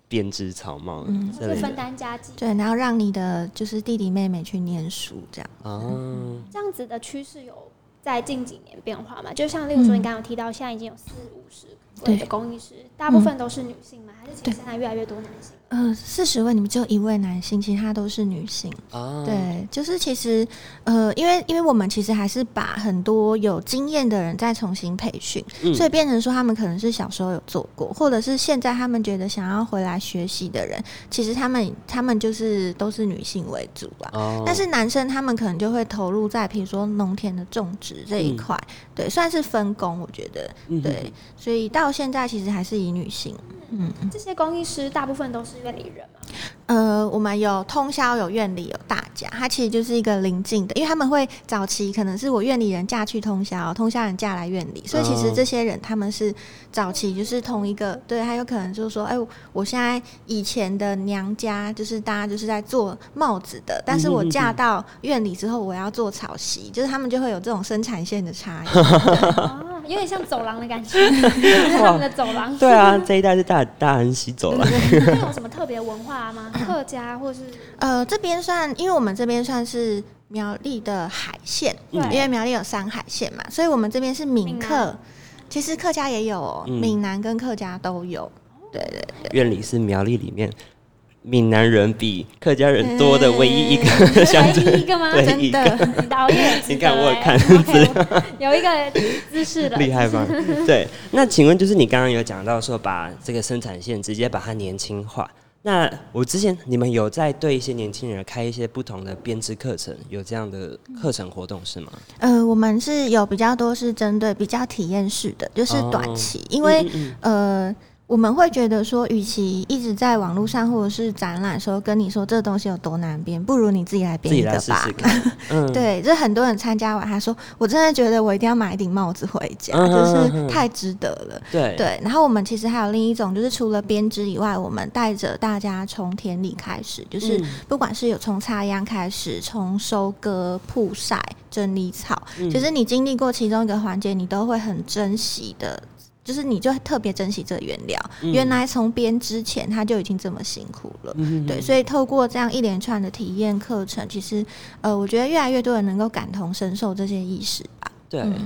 [SPEAKER 3] 编织草帽
[SPEAKER 4] 嗯
[SPEAKER 3] 之
[SPEAKER 2] 就
[SPEAKER 3] 类的
[SPEAKER 2] 分担家计，
[SPEAKER 4] 对，然后让你的就是弟弟妹妹去念书这样，
[SPEAKER 3] 哦，
[SPEAKER 2] 这样子的趋势有在近几年变化嘛？就像例如
[SPEAKER 3] 嗯
[SPEAKER 2] 说，你刚刚有提到，现在已经有四五十位的
[SPEAKER 4] 对
[SPEAKER 2] 工艺师，大部分都是女性嘛？还是其实现在越来越多男性？
[SPEAKER 4] 呃，四十位里面只有一位男性，其他都是女性。
[SPEAKER 3] 啊，
[SPEAKER 4] 对，就是其实，呃，因为因为我们其实还是把很多有经验的人再重新培训，
[SPEAKER 3] 嗯
[SPEAKER 4] 所以变成说他们可能是小时候有做过，或者是现在他们觉得想要回来学习的人，其实他们他们就是都是女性为主吧。
[SPEAKER 3] 哦
[SPEAKER 4] 但是男生他们可能就会投入在比如说农田的种植这一
[SPEAKER 3] 嗯
[SPEAKER 4] 块，对，算是分工，我觉得
[SPEAKER 3] 嗯哼
[SPEAKER 4] 对，所以到现在其实还是以女性，嗯，
[SPEAKER 2] 这些工艺师大部分都是院里人 嘛？
[SPEAKER 4] 呃，我们有通宵，有院里，有大家，它其实就是一个邻近的，因为他们会早期可能是我院里人嫁去通宵，啊通宵人嫁来院里，所以其实
[SPEAKER 3] 哦
[SPEAKER 4] 这些人他们是早期就是同一个，对，还有可能就是说，哎、我现在以前的娘家就是大家就是在做帽子的，但是我嫁到院里之后，我要做草席，就是他们就会有这种生产线的差异。
[SPEAKER 2] 啊，有点像走廊的感觉，就是他们的走廊。
[SPEAKER 3] 对啊，这一代是大大安溪走啊了，
[SPEAKER 2] 那有什么特别文化吗？客家或是
[SPEAKER 4] 呃，这边算，因为我们这边算是苗栗的海线，
[SPEAKER 2] 对
[SPEAKER 3] 嗯
[SPEAKER 4] 因为苗栗有山海线嘛，所以我们这边是闽
[SPEAKER 2] 闽
[SPEAKER 4] 客
[SPEAKER 2] 南，
[SPEAKER 4] 其实客家也有、哦，
[SPEAKER 3] 嗯
[SPEAKER 4] 闽、南跟客家都有。对对
[SPEAKER 3] 院里是苗栗里面闽南人比客家人多的唯一一个，
[SPEAKER 4] 哎
[SPEAKER 2] 唯一一个吗？
[SPEAKER 3] 对
[SPEAKER 4] 真的，
[SPEAKER 2] 你的熬夜很值得
[SPEAKER 3] 你看我有
[SPEAKER 2] 欸
[SPEAKER 3] 看
[SPEAKER 2] OK，我有一个姿势了，
[SPEAKER 3] 厉害 吧？对，那请问就是你刚刚有讲到说把这个生产线直接把它年轻化。那我之前你们有在对一些年轻人开一些不同的编织课程，有这样的课程活动是吗？
[SPEAKER 4] 呃，我们是有比较多是针对比较体验式的，就是短
[SPEAKER 3] 哦
[SPEAKER 4] 期，因为
[SPEAKER 3] 嗯嗯
[SPEAKER 4] 呃，我们会觉得说，与其一直在网络上或者是展览时候跟你说这东西有多难编，不如你自己来
[SPEAKER 3] 自
[SPEAKER 4] 编一
[SPEAKER 3] 己
[SPEAKER 4] 个
[SPEAKER 3] 来试
[SPEAKER 4] 吧。
[SPEAKER 3] 试看。嗯，
[SPEAKER 4] 对，这很多人参加完，他说我真的觉得我一定要买一顶帽子回家，
[SPEAKER 3] 嗯
[SPEAKER 4] 就
[SPEAKER 3] 哼
[SPEAKER 4] 是太值得了。
[SPEAKER 3] 对
[SPEAKER 4] 对，然后我们其实还有另一种，就是除了编织以外，我们带着大家从田里开始，就是
[SPEAKER 3] 嗯
[SPEAKER 4] 不管是有从插秧开始，从收割、曝晒、整理草，
[SPEAKER 3] 嗯
[SPEAKER 4] 其实你经历过其中一个环节，你都会很珍惜的。就是你就会特别珍惜这原料，
[SPEAKER 3] 嗯
[SPEAKER 4] 原来从编之前他就已经这么辛苦了，
[SPEAKER 3] 嗯
[SPEAKER 4] 对，所以透过这样一连串的体验课程，其实呃，我觉得越来越多人能够感同身受这些意识吧。
[SPEAKER 3] 对。
[SPEAKER 4] 嗯，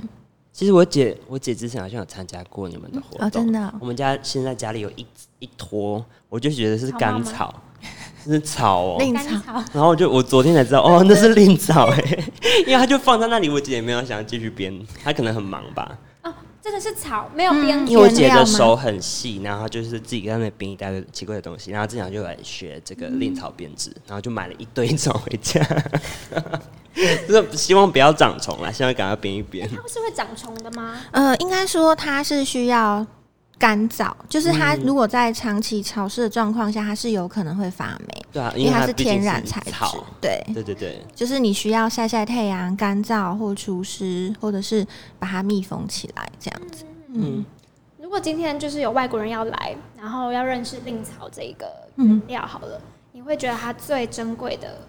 [SPEAKER 3] 其实我姐，我姐之前好像有参加过你们的活动，
[SPEAKER 4] 哦，真的哦、
[SPEAKER 3] 我们家现在家里有一一坨，我就觉得是
[SPEAKER 2] 草妈
[SPEAKER 3] 干
[SPEAKER 2] 吗
[SPEAKER 3] 草， 是草哦、
[SPEAKER 4] 令
[SPEAKER 2] 甘
[SPEAKER 4] 草
[SPEAKER 2] 草，
[SPEAKER 3] 然后我就我昨天才知道，哦，那是令草哎、 因为他就放在那里，我姐也没有想要继续编，她可能很忙吧。
[SPEAKER 2] 哦真的是草，没有边
[SPEAKER 4] 嗯
[SPEAKER 3] 因为我
[SPEAKER 4] 原
[SPEAKER 3] 姐
[SPEAKER 4] 料
[SPEAKER 3] 的
[SPEAKER 4] 吗
[SPEAKER 3] 手很细，然后她就是自己在那里编一大堆奇怪的东西，然后正想就来学这个令草编织，然后就买了一堆草回家， 就是希望不要长虫啦，希望赶快编一 编。
[SPEAKER 2] 它是会长虫的吗？
[SPEAKER 4] 呃，应该说它是需要干燥，就是它
[SPEAKER 3] 嗯
[SPEAKER 4] 如果在长期潮湿的状况下，它是有可能会发霉，
[SPEAKER 3] 对啊，
[SPEAKER 4] 因为它
[SPEAKER 3] 它
[SPEAKER 4] 是
[SPEAKER 3] 毕竟
[SPEAKER 4] 天然材质
[SPEAKER 3] 草，。
[SPEAKER 4] 对，
[SPEAKER 3] 对对对，
[SPEAKER 4] 就是你需要晒晒太阳、干燥或除湿，或者是把它密封起来这样子。嗯
[SPEAKER 2] 如果今天就是有外国人要来，然后要认识令草这一个
[SPEAKER 4] 嗯
[SPEAKER 2] 原料好了，你会觉得它最珍贵的，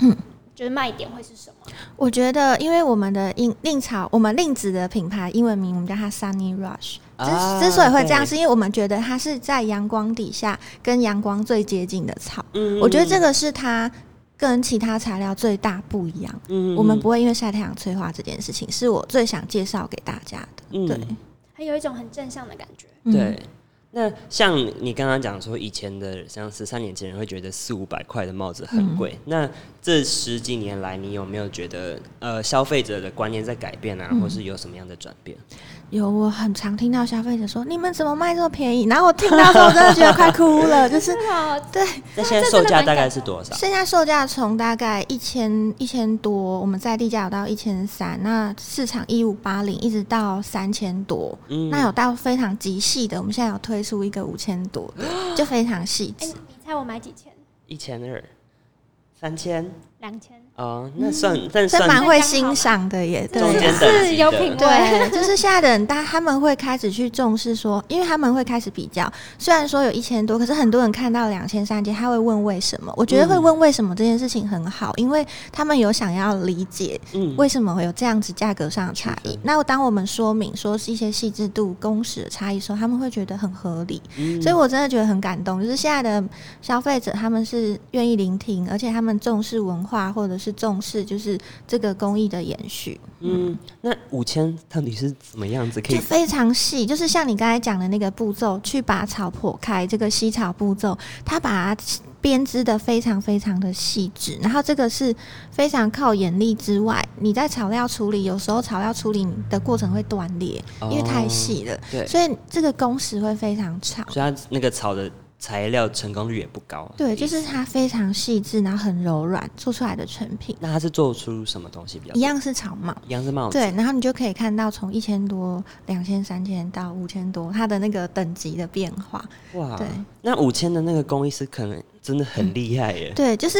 [SPEAKER 3] 嗯
[SPEAKER 2] 就是卖点会是什么？
[SPEAKER 4] 我觉得，因为我们的令令草，我们令子的品牌英文名我们叫它 Sunny Rush。之
[SPEAKER 3] 啊
[SPEAKER 4] 之所以会这样，
[SPEAKER 3] 对
[SPEAKER 4] 是因为我们觉得它是在阳光底下跟阳光最接近的草。
[SPEAKER 3] 嗯
[SPEAKER 4] 我觉得这个是它跟其他材料最大不一样。
[SPEAKER 3] 嗯
[SPEAKER 4] 我们不会因为晒太阳催化这件事情，是我最想介绍给大家的。
[SPEAKER 3] 嗯
[SPEAKER 4] 对、
[SPEAKER 2] 还有一种很正向的感觉。
[SPEAKER 4] 嗯
[SPEAKER 3] 对。那像你刚刚讲说，以前的像十三年前人会觉得四五百块的帽子很
[SPEAKER 4] 嗯
[SPEAKER 3] 贵，那这十几年来，你有没有觉得呃消费者的观念在改变
[SPEAKER 4] 嗯
[SPEAKER 3] 啊，或是有什么样的转变？
[SPEAKER 4] 有我很常听到消费者说：“你们怎么卖这么便宜？”然后我听到的时候，我真的觉得快哭 了。就是
[SPEAKER 2] 对啊，
[SPEAKER 3] 那现在售价大概是多少？
[SPEAKER 4] 现在售价从大概一千一千多，我们在地价有到一千三，那市场一五八零一直到三千多，
[SPEAKER 3] 嗯
[SPEAKER 4] 那有到非常极细的，我们现在有推出一个五千多的，
[SPEAKER 3] 嗯
[SPEAKER 4] 就非常细
[SPEAKER 2] 哎、
[SPEAKER 4] 致。
[SPEAKER 2] 你猜我买几千？
[SPEAKER 3] 一千二、三千
[SPEAKER 2] 两千。
[SPEAKER 3] 哦，那算、但
[SPEAKER 4] 嗯这
[SPEAKER 3] 算
[SPEAKER 4] 蛮会欣赏的耶，
[SPEAKER 3] 中
[SPEAKER 4] 对
[SPEAKER 3] 间。等级的
[SPEAKER 2] 是有品味。
[SPEAKER 4] 对，就是现在的人，大他们会开始去重视说，因为他们会开始比较。虽然说有一千多，可是很多人看到两千、三千，他会问为什么。我觉得会问为什么这件事情很好，因为他们有想要理解
[SPEAKER 3] 嗯
[SPEAKER 4] 为什么会有这样子价格上的差
[SPEAKER 3] 区
[SPEAKER 4] 异
[SPEAKER 3] 分？
[SPEAKER 4] 那当我们说明说是一些细致度、工时的差异的时候，他们会觉得很合理。
[SPEAKER 3] 嗯
[SPEAKER 4] 所以我真的觉得很感动，就是现在的消费者他们是愿意聆听，而且他们重视文化，或者是重视就是这个工艺的延续，
[SPEAKER 3] 嗯，那五千到底是怎么样子可
[SPEAKER 4] 就
[SPEAKER 3] 以？
[SPEAKER 4] 非常细。就是像你刚才讲的那个步骤，去把草剖开，这个吸草步骤，它把它编织的非常非常的细致，然后这个是非常靠眼力之外，你在草料处理，有时候草料处理的过程会断裂，因为太细了，
[SPEAKER 3] 哦，对，
[SPEAKER 4] 所以这个工时会非常长。
[SPEAKER 3] 所以它那个草的材料成功率也不高。啊
[SPEAKER 4] 对，就是它非常细致，然后很柔软，做出来的成品
[SPEAKER 3] 那它是做出什么东西比较
[SPEAKER 4] 一
[SPEAKER 3] 多？
[SPEAKER 4] 样是草帽。
[SPEAKER 3] 一样是帽子。
[SPEAKER 4] 对，然后你就可以看到从一千多、两千、三千到五千多，它的那个等级的变化。
[SPEAKER 3] 哇，
[SPEAKER 4] 对
[SPEAKER 3] 那五千的那个工艺师可能真的很厉害耶。
[SPEAKER 4] 嗯对，就是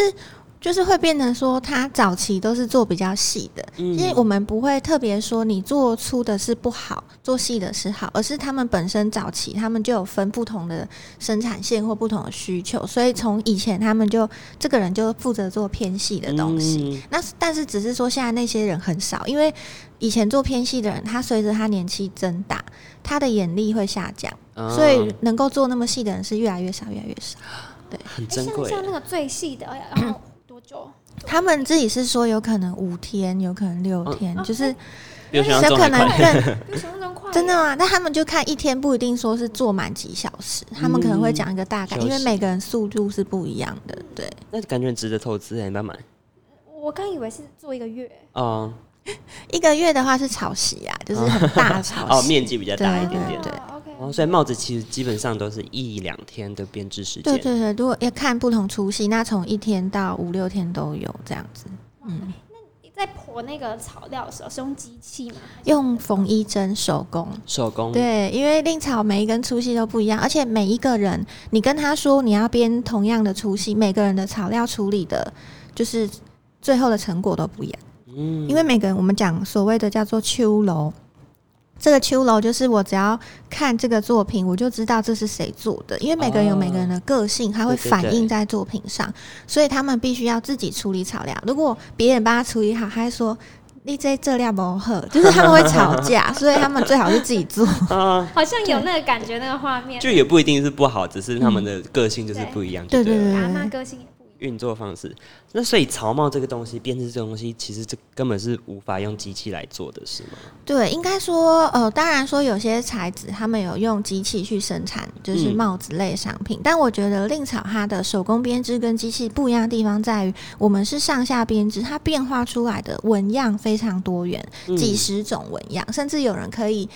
[SPEAKER 4] 就是会变成说，它早期都是做比较细的，
[SPEAKER 3] 嗯
[SPEAKER 4] 因为我们不会特别说你做粗的是不好，做细的是好，而是他们本身早期他们就有分不同的生产线或不同的需求，所以从以前他们就这个人就负责做偏细的东
[SPEAKER 3] 嗯
[SPEAKER 4] 西。那但是只是说现在那些人很少，因为以前做偏细的人，他随着他年纪增大，他的眼力会下降，
[SPEAKER 3] 嗯
[SPEAKER 4] 所以
[SPEAKER 3] 嗯
[SPEAKER 4] 能够做那么细的人是越来越少，越来越少。
[SPEAKER 3] 很
[SPEAKER 2] 哎
[SPEAKER 3] 珍
[SPEAKER 2] 像
[SPEAKER 3] 贵耶。
[SPEAKER 2] 像那个最细的，哎然后多久？
[SPEAKER 4] 他们自己是说有可能五天，有可能六
[SPEAKER 3] 嗯
[SPEAKER 4] 天，
[SPEAKER 2] 哦
[SPEAKER 4] 就是
[SPEAKER 3] 比我想象
[SPEAKER 4] 这
[SPEAKER 3] 中
[SPEAKER 4] 可
[SPEAKER 3] 还
[SPEAKER 4] 能
[SPEAKER 3] 快。
[SPEAKER 4] 更
[SPEAKER 2] 比我想象中快。
[SPEAKER 4] 真的吗？但他们就看一天不一定说是做满几小时，他们可能会讲一个大概，
[SPEAKER 3] 嗯
[SPEAKER 4] 因为
[SPEAKER 3] 休息
[SPEAKER 4] 每个人速度是不一样的，对。
[SPEAKER 3] 那感觉值得投资耶，你不要买
[SPEAKER 2] 我刚以为是做一个月，
[SPEAKER 3] 哦
[SPEAKER 4] 一个月的话是草席 啊，就是很大的草
[SPEAKER 3] 哦，
[SPEAKER 4] 席。
[SPEAKER 3] 面积比较大一点点。
[SPEAKER 4] 对
[SPEAKER 2] 啊 OK，
[SPEAKER 3] 哦，所以帽子其实基本上都是一两天的编织时间。
[SPEAKER 4] 对对对，如果要看不同粗细，那从一天到五六天都有这样子。嗯，
[SPEAKER 2] 在婆那个草料的时候是用机器吗？还是
[SPEAKER 4] 用缝衣针手工。
[SPEAKER 3] 手工，
[SPEAKER 4] 对，因为令草每一根粗细都不一样，而且每一个人，你跟他说你要编同样的粗细，每个人的草料处理的，就是最后的成果都不一样。
[SPEAKER 3] 嗯
[SPEAKER 4] 因为每个人我们讲所谓的叫做秋楼，这个秋楼就是我只要看这个作品，我就知道这是谁做的，因为每个人有每个人的个性，他会
[SPEAKER 3] 对对
[SPEAKER 4] 反
[SPEAKER 3] 对
[SPEAKER 4] 映在作品上，所以他们必须要自己处理草料。如果别人帮他处理好，他会说。你这这料不好，就是他们会吵架，所以他们最好是自己做。
[SPEAKER 3] 啊，
[SPEAKER 2] 好像有那个感觉，那个画面。
[SPEAKER 3] 就也不一定是不好，只是他们的个性就是不一样，
[SPEAKER 4] 对
[SPEAKER 3] 就对
[SPEAKER 4] 对
[SPEAKER 3] 了
[SPEAKER 4] 对
[SPEAKER 2] 阿妈个性也不一样，
[SPEAKER 3] 运作方式。那所以草帽这个东西，编织这个东西，其实这根本是无法用机器来做的，是吗？
[SPEAKER 4] 对，应该说，呃，当然说有些材质他们有用机器去生产，就是
[SPEAKER 3] 嗯
[SPEAKER 4] 帽子类商品。但我觉得令草它的手工编织跟机器不一样的地方在于，我们是上下编织，它变化出来的纹样非常多元，
[SPEAKER 3] 嗯
[SPEAKER 4] 几十种纹样，甚至有人可以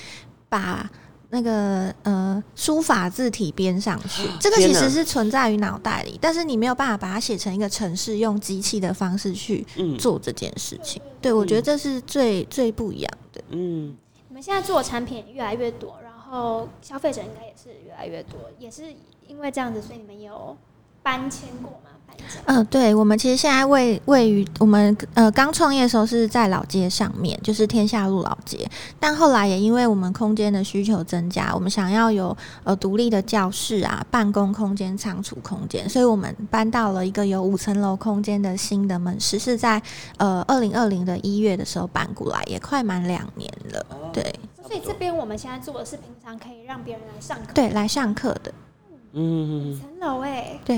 [SPEAKER 4] 把。那个呃，书法字体编上去，这个其
[SPEAKER 3] 啊天哪
[SPEAKER 4] 实是存在于脑袋里，但是你没有办法把它写成一个程式，用机器的方式去
[SPEAKER 3] 嗯
[SPEAKER 4] 做这件事情。对我觉得这是最最不一样的。
[SPEAKER 3] 嗯，
[SPEAKER 2] 你们现在做的产品越来越多，然后消费者应该也是越来越多，也是因为这样子，所以你们有搬迁过吗？搬家？
[SPEAKER 4] 嗯、对，我们其实现在位位于我们呃刚创业的时候是在老街上面，就是天下路老街，但后来也因为我们空间的需求增加，我们想要有呃独立的教室啊、办公空间、仓储空间，所以我们搬到了一个有五层楼空间的新的门市，是在呃二零二零的一月的时候搬过来，也快满两年了。
[SPEAKER 3] 哦
[SPEAKER 4] 对
[SPEAKER 2] 所以这边我们现在做的是平常可以让别人来上课，
[SPEAKER 4] 对，来上课的，
[SPEAKER 3] 嗯，嗯嗯
[SPEAKER 2] 层楼哎，
[SPEAKER 4] 对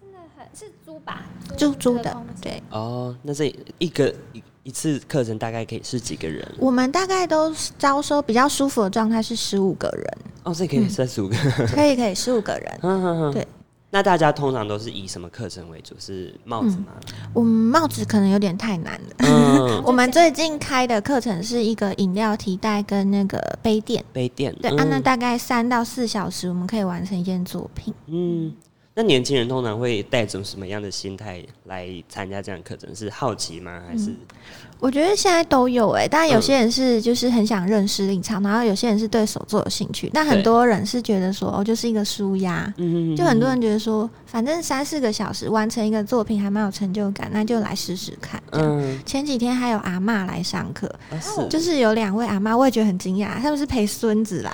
[SPEAKER 2] 真的很是租吧？
[SPEAKER 4] 租租
[SPEAKER 2] 这个
[SPEAKER 4] 的
[SPEAKER 2] 空间，
[SPEAKER 4] 对。
[SPEAKER 3] 哦，那这一个一一次课程大概可以是几个人？
[SPEAKER 4] 我们大概都招收比较舒服的状态是十五个人，
[SPEAKER 3] 哦，这可以三 十五个。
[SPEAKER 4] 可以可以十五个人。对。
[SPEAKER 3] 嗯那大家通常都是以什么课程为主？是帽子吗？
[SPEAKER 4] 我们嗯帽子可能有点太难了。
[SPEAKER 3] 嗯，
[SPEAKER 2] 啊
[SPEAKER 4] 我们最近开的课程是一个饮料提袋跟那个杯垫，
[SPEAKER 3] 杯垫。
[SPEAKER 4] 对，啊，那大概三到四小时我们可以完成一件作品。
[SPEAKER 3] 嗯，那年轻人通常会带着什么样的心态来参加这样的课程？是好奇吗？还是
[SPEAKER 4] 我觉得现在都有哎、但有些人是就是很想认识领场，然后有些人是对手作有兴趣，但很多人是觉得说哦，就是一个舒压。
[SPEAKER 3] 嗯，
[SPEAKER 4] 就很多人觉得说，反正三四个小时完成一个作品还蛮有成就感，那就来试试看。这样
[SPEAKER 3] 嗯，
[SPEAKER 4] 前几天还有阿嬷来上课，
[SPEAKER 3] 啊是
[SPEAKER 4] 就是有两位阿嬷，我也觉得很惊讶，他们是陪孙子来，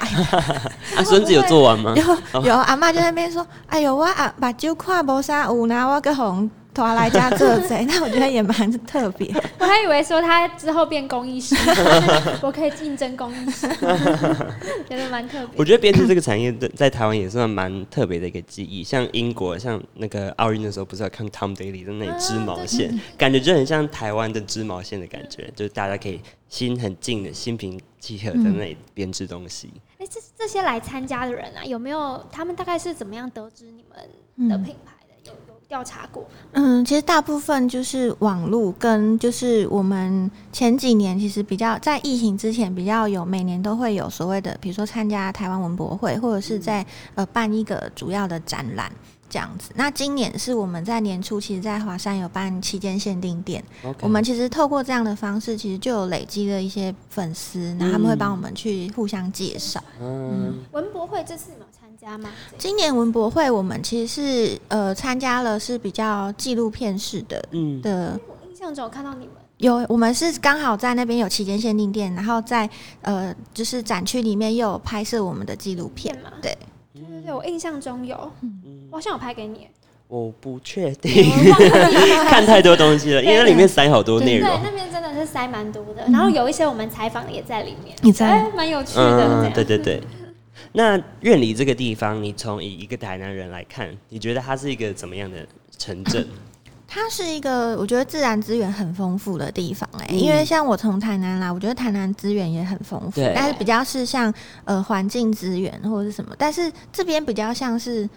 [SPEAKER 3] 啊，孙子有做完吗？
[SPEAKER 4] 然后有阿嬷就在那边说：“哎呦，我啊把酒看无啥有呢，我个红拖来家做贼。”那我觉得也蛮特别。
[SPEAKER 2] 我还以为说他之后变公 益师，我可以竞争公益师，觉得蛮特
[SPEAKER 3] 我
[SPEAKER 2] 别。
[SPEAKER 3] 觉得编织这个产业在在台湾也算蛮特别的一个技艺，像英国，像那个奥运的时候，不是要看 Tom Daly 在那里织毛
[SPEAKER 2] 啊
[SPEAKER 3] 线，感觉就很像台湾的织毛线的感觉，就是大家可以心很静的心平气和在那里编织东西。
[SPEAKER 2] 哎、这这些来参加的人啊，有没有他们大概是怎么样得知你们的
[SPEAKER 4] 嗯
[SPEAKER 2] 品牌的？有有调查过吗？
[SPEAKER 4] 嗯，其实大部分就是网络跟就是我们前几年其实比较在疫情之前比较有每年都会有所谓的，比如说参加台湾文博会，或者是在呃办一个主要的展览。这样子，那今年是我们在年初，其实，在华山有办期间限定店，
[SPEAKER 3] OK
[SPEAKER 2] 嗯
[SPEAKER 4] 我们其实透过这样的方式，其实就有累积了一些粉丝，然后他们会帮我们去互相介绍。
[SPEAKER 2] 啊
[SPEAKER 3] 嗯
[SPEAKER 2] 文博会这次你们有参加吗？
[SPEAKER 4] 今年文博会我们其实是呃参加了是比较纪录片式的
[SPEAKER 3] 嗯
[SPEAKER 4] 的，
[SPEAKER 2] 我印象中有看到你们
[SPEAKER 4] 有我们是刚好在那边有期间限定店，然后在呃就是展区里面又有拍摄我们的纪录片
[SPEAKER 2] 片。吗？
[SPEAKER 4] 对
[SPEAKER 2] 对对对，我印象中有，我好像有拍给你，
[SPEAKER 3] 我不确
[SPEAKER 2] 我
[SPEAKER 3] 定，
[SPEAKER 2] 忘了
[SPEAKER 3] 看太多东西了，因为它里面塞好多内
[SPEAKER 2] 对，
[SPEAKER 3] 容。
[SPEAKER 2] 那边真的是塞蛮多的，然后有一些我们采访的也在里面，
[SPEAKER 4] 你嗯在嗯
[SPEAKER 2] 哎蛮有趣的，这样
[SPEAKER 3] 嗯对对对。那院里这个地方，你从以一个台南人来看，你觉得它是一个怎么样的城镇？
[SPEAKER 4] 它是一个我觉得自然资源很丰富的地方哎、因为像我从台南来，我觉得台南资源也很丰富
[SPEAKER 3] 对，
[SPEAKER 4] 但是比较是像呃环境资源或者是什么，但是这边比较像是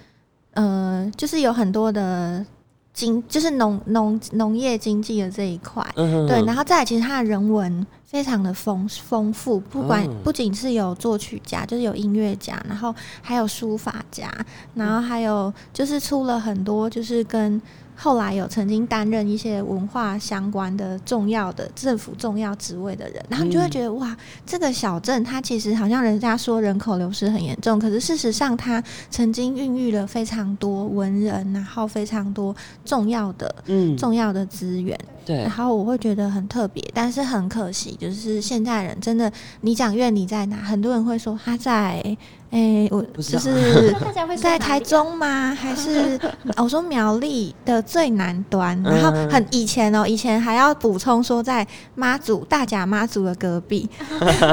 [SPEAKER 4] 呃就是有很多的经就是农农农业经济的这一块，
[SPEAKER 3] 嗯
[SPEAKER 4] 对，然后再来，其实它的人文非常的丰丰富，不管
[SPEAKER 3] 嗯
[SPEAKER 4] 不仅是有作曲家，就是有音乐家，然
[SPEAKER 3] 嗯
[SPEAKER 4] 后还有书法家，然后还有就是出了很多就是跟后来有曾经担任一些文化相关的重要的政府重要职位的人，然后你就会
[SPEAKER 3] 嗯
[SPEAKER 4] 觉得、哇，这个小镇它其实好像人家说人口流失很严重，可是事实上它曾经孕育了非常多文人，然后非常多重要的
[SPEAKER 3] 嗯，
[SPEAKER 4] 重要的资源。
[SPEAKER 3] 对
[SPEAKER 4] 然，后我会觉得很特别，但是很可惜，就是现在人真的，你讲院里在哪，很多人会说他在，诶、我
[SPEAKER 3] 知道
[SPEAKER 4] 就是
[SPEAKER 2] 大家会说
[SPEAKER 4] 在
[SPEAKER 2] 哪
[SPEAKER 4] 台
[SPEAKER 2] 里啊
[SPEAKER 4] 中吗？还是哦我说苗栗的最南端？然后
[SPEAKER 3] 嗯
[SPEAKER 4] 很以前哦，以前还要补充说在妈祖大甲妈祖的 隔壁，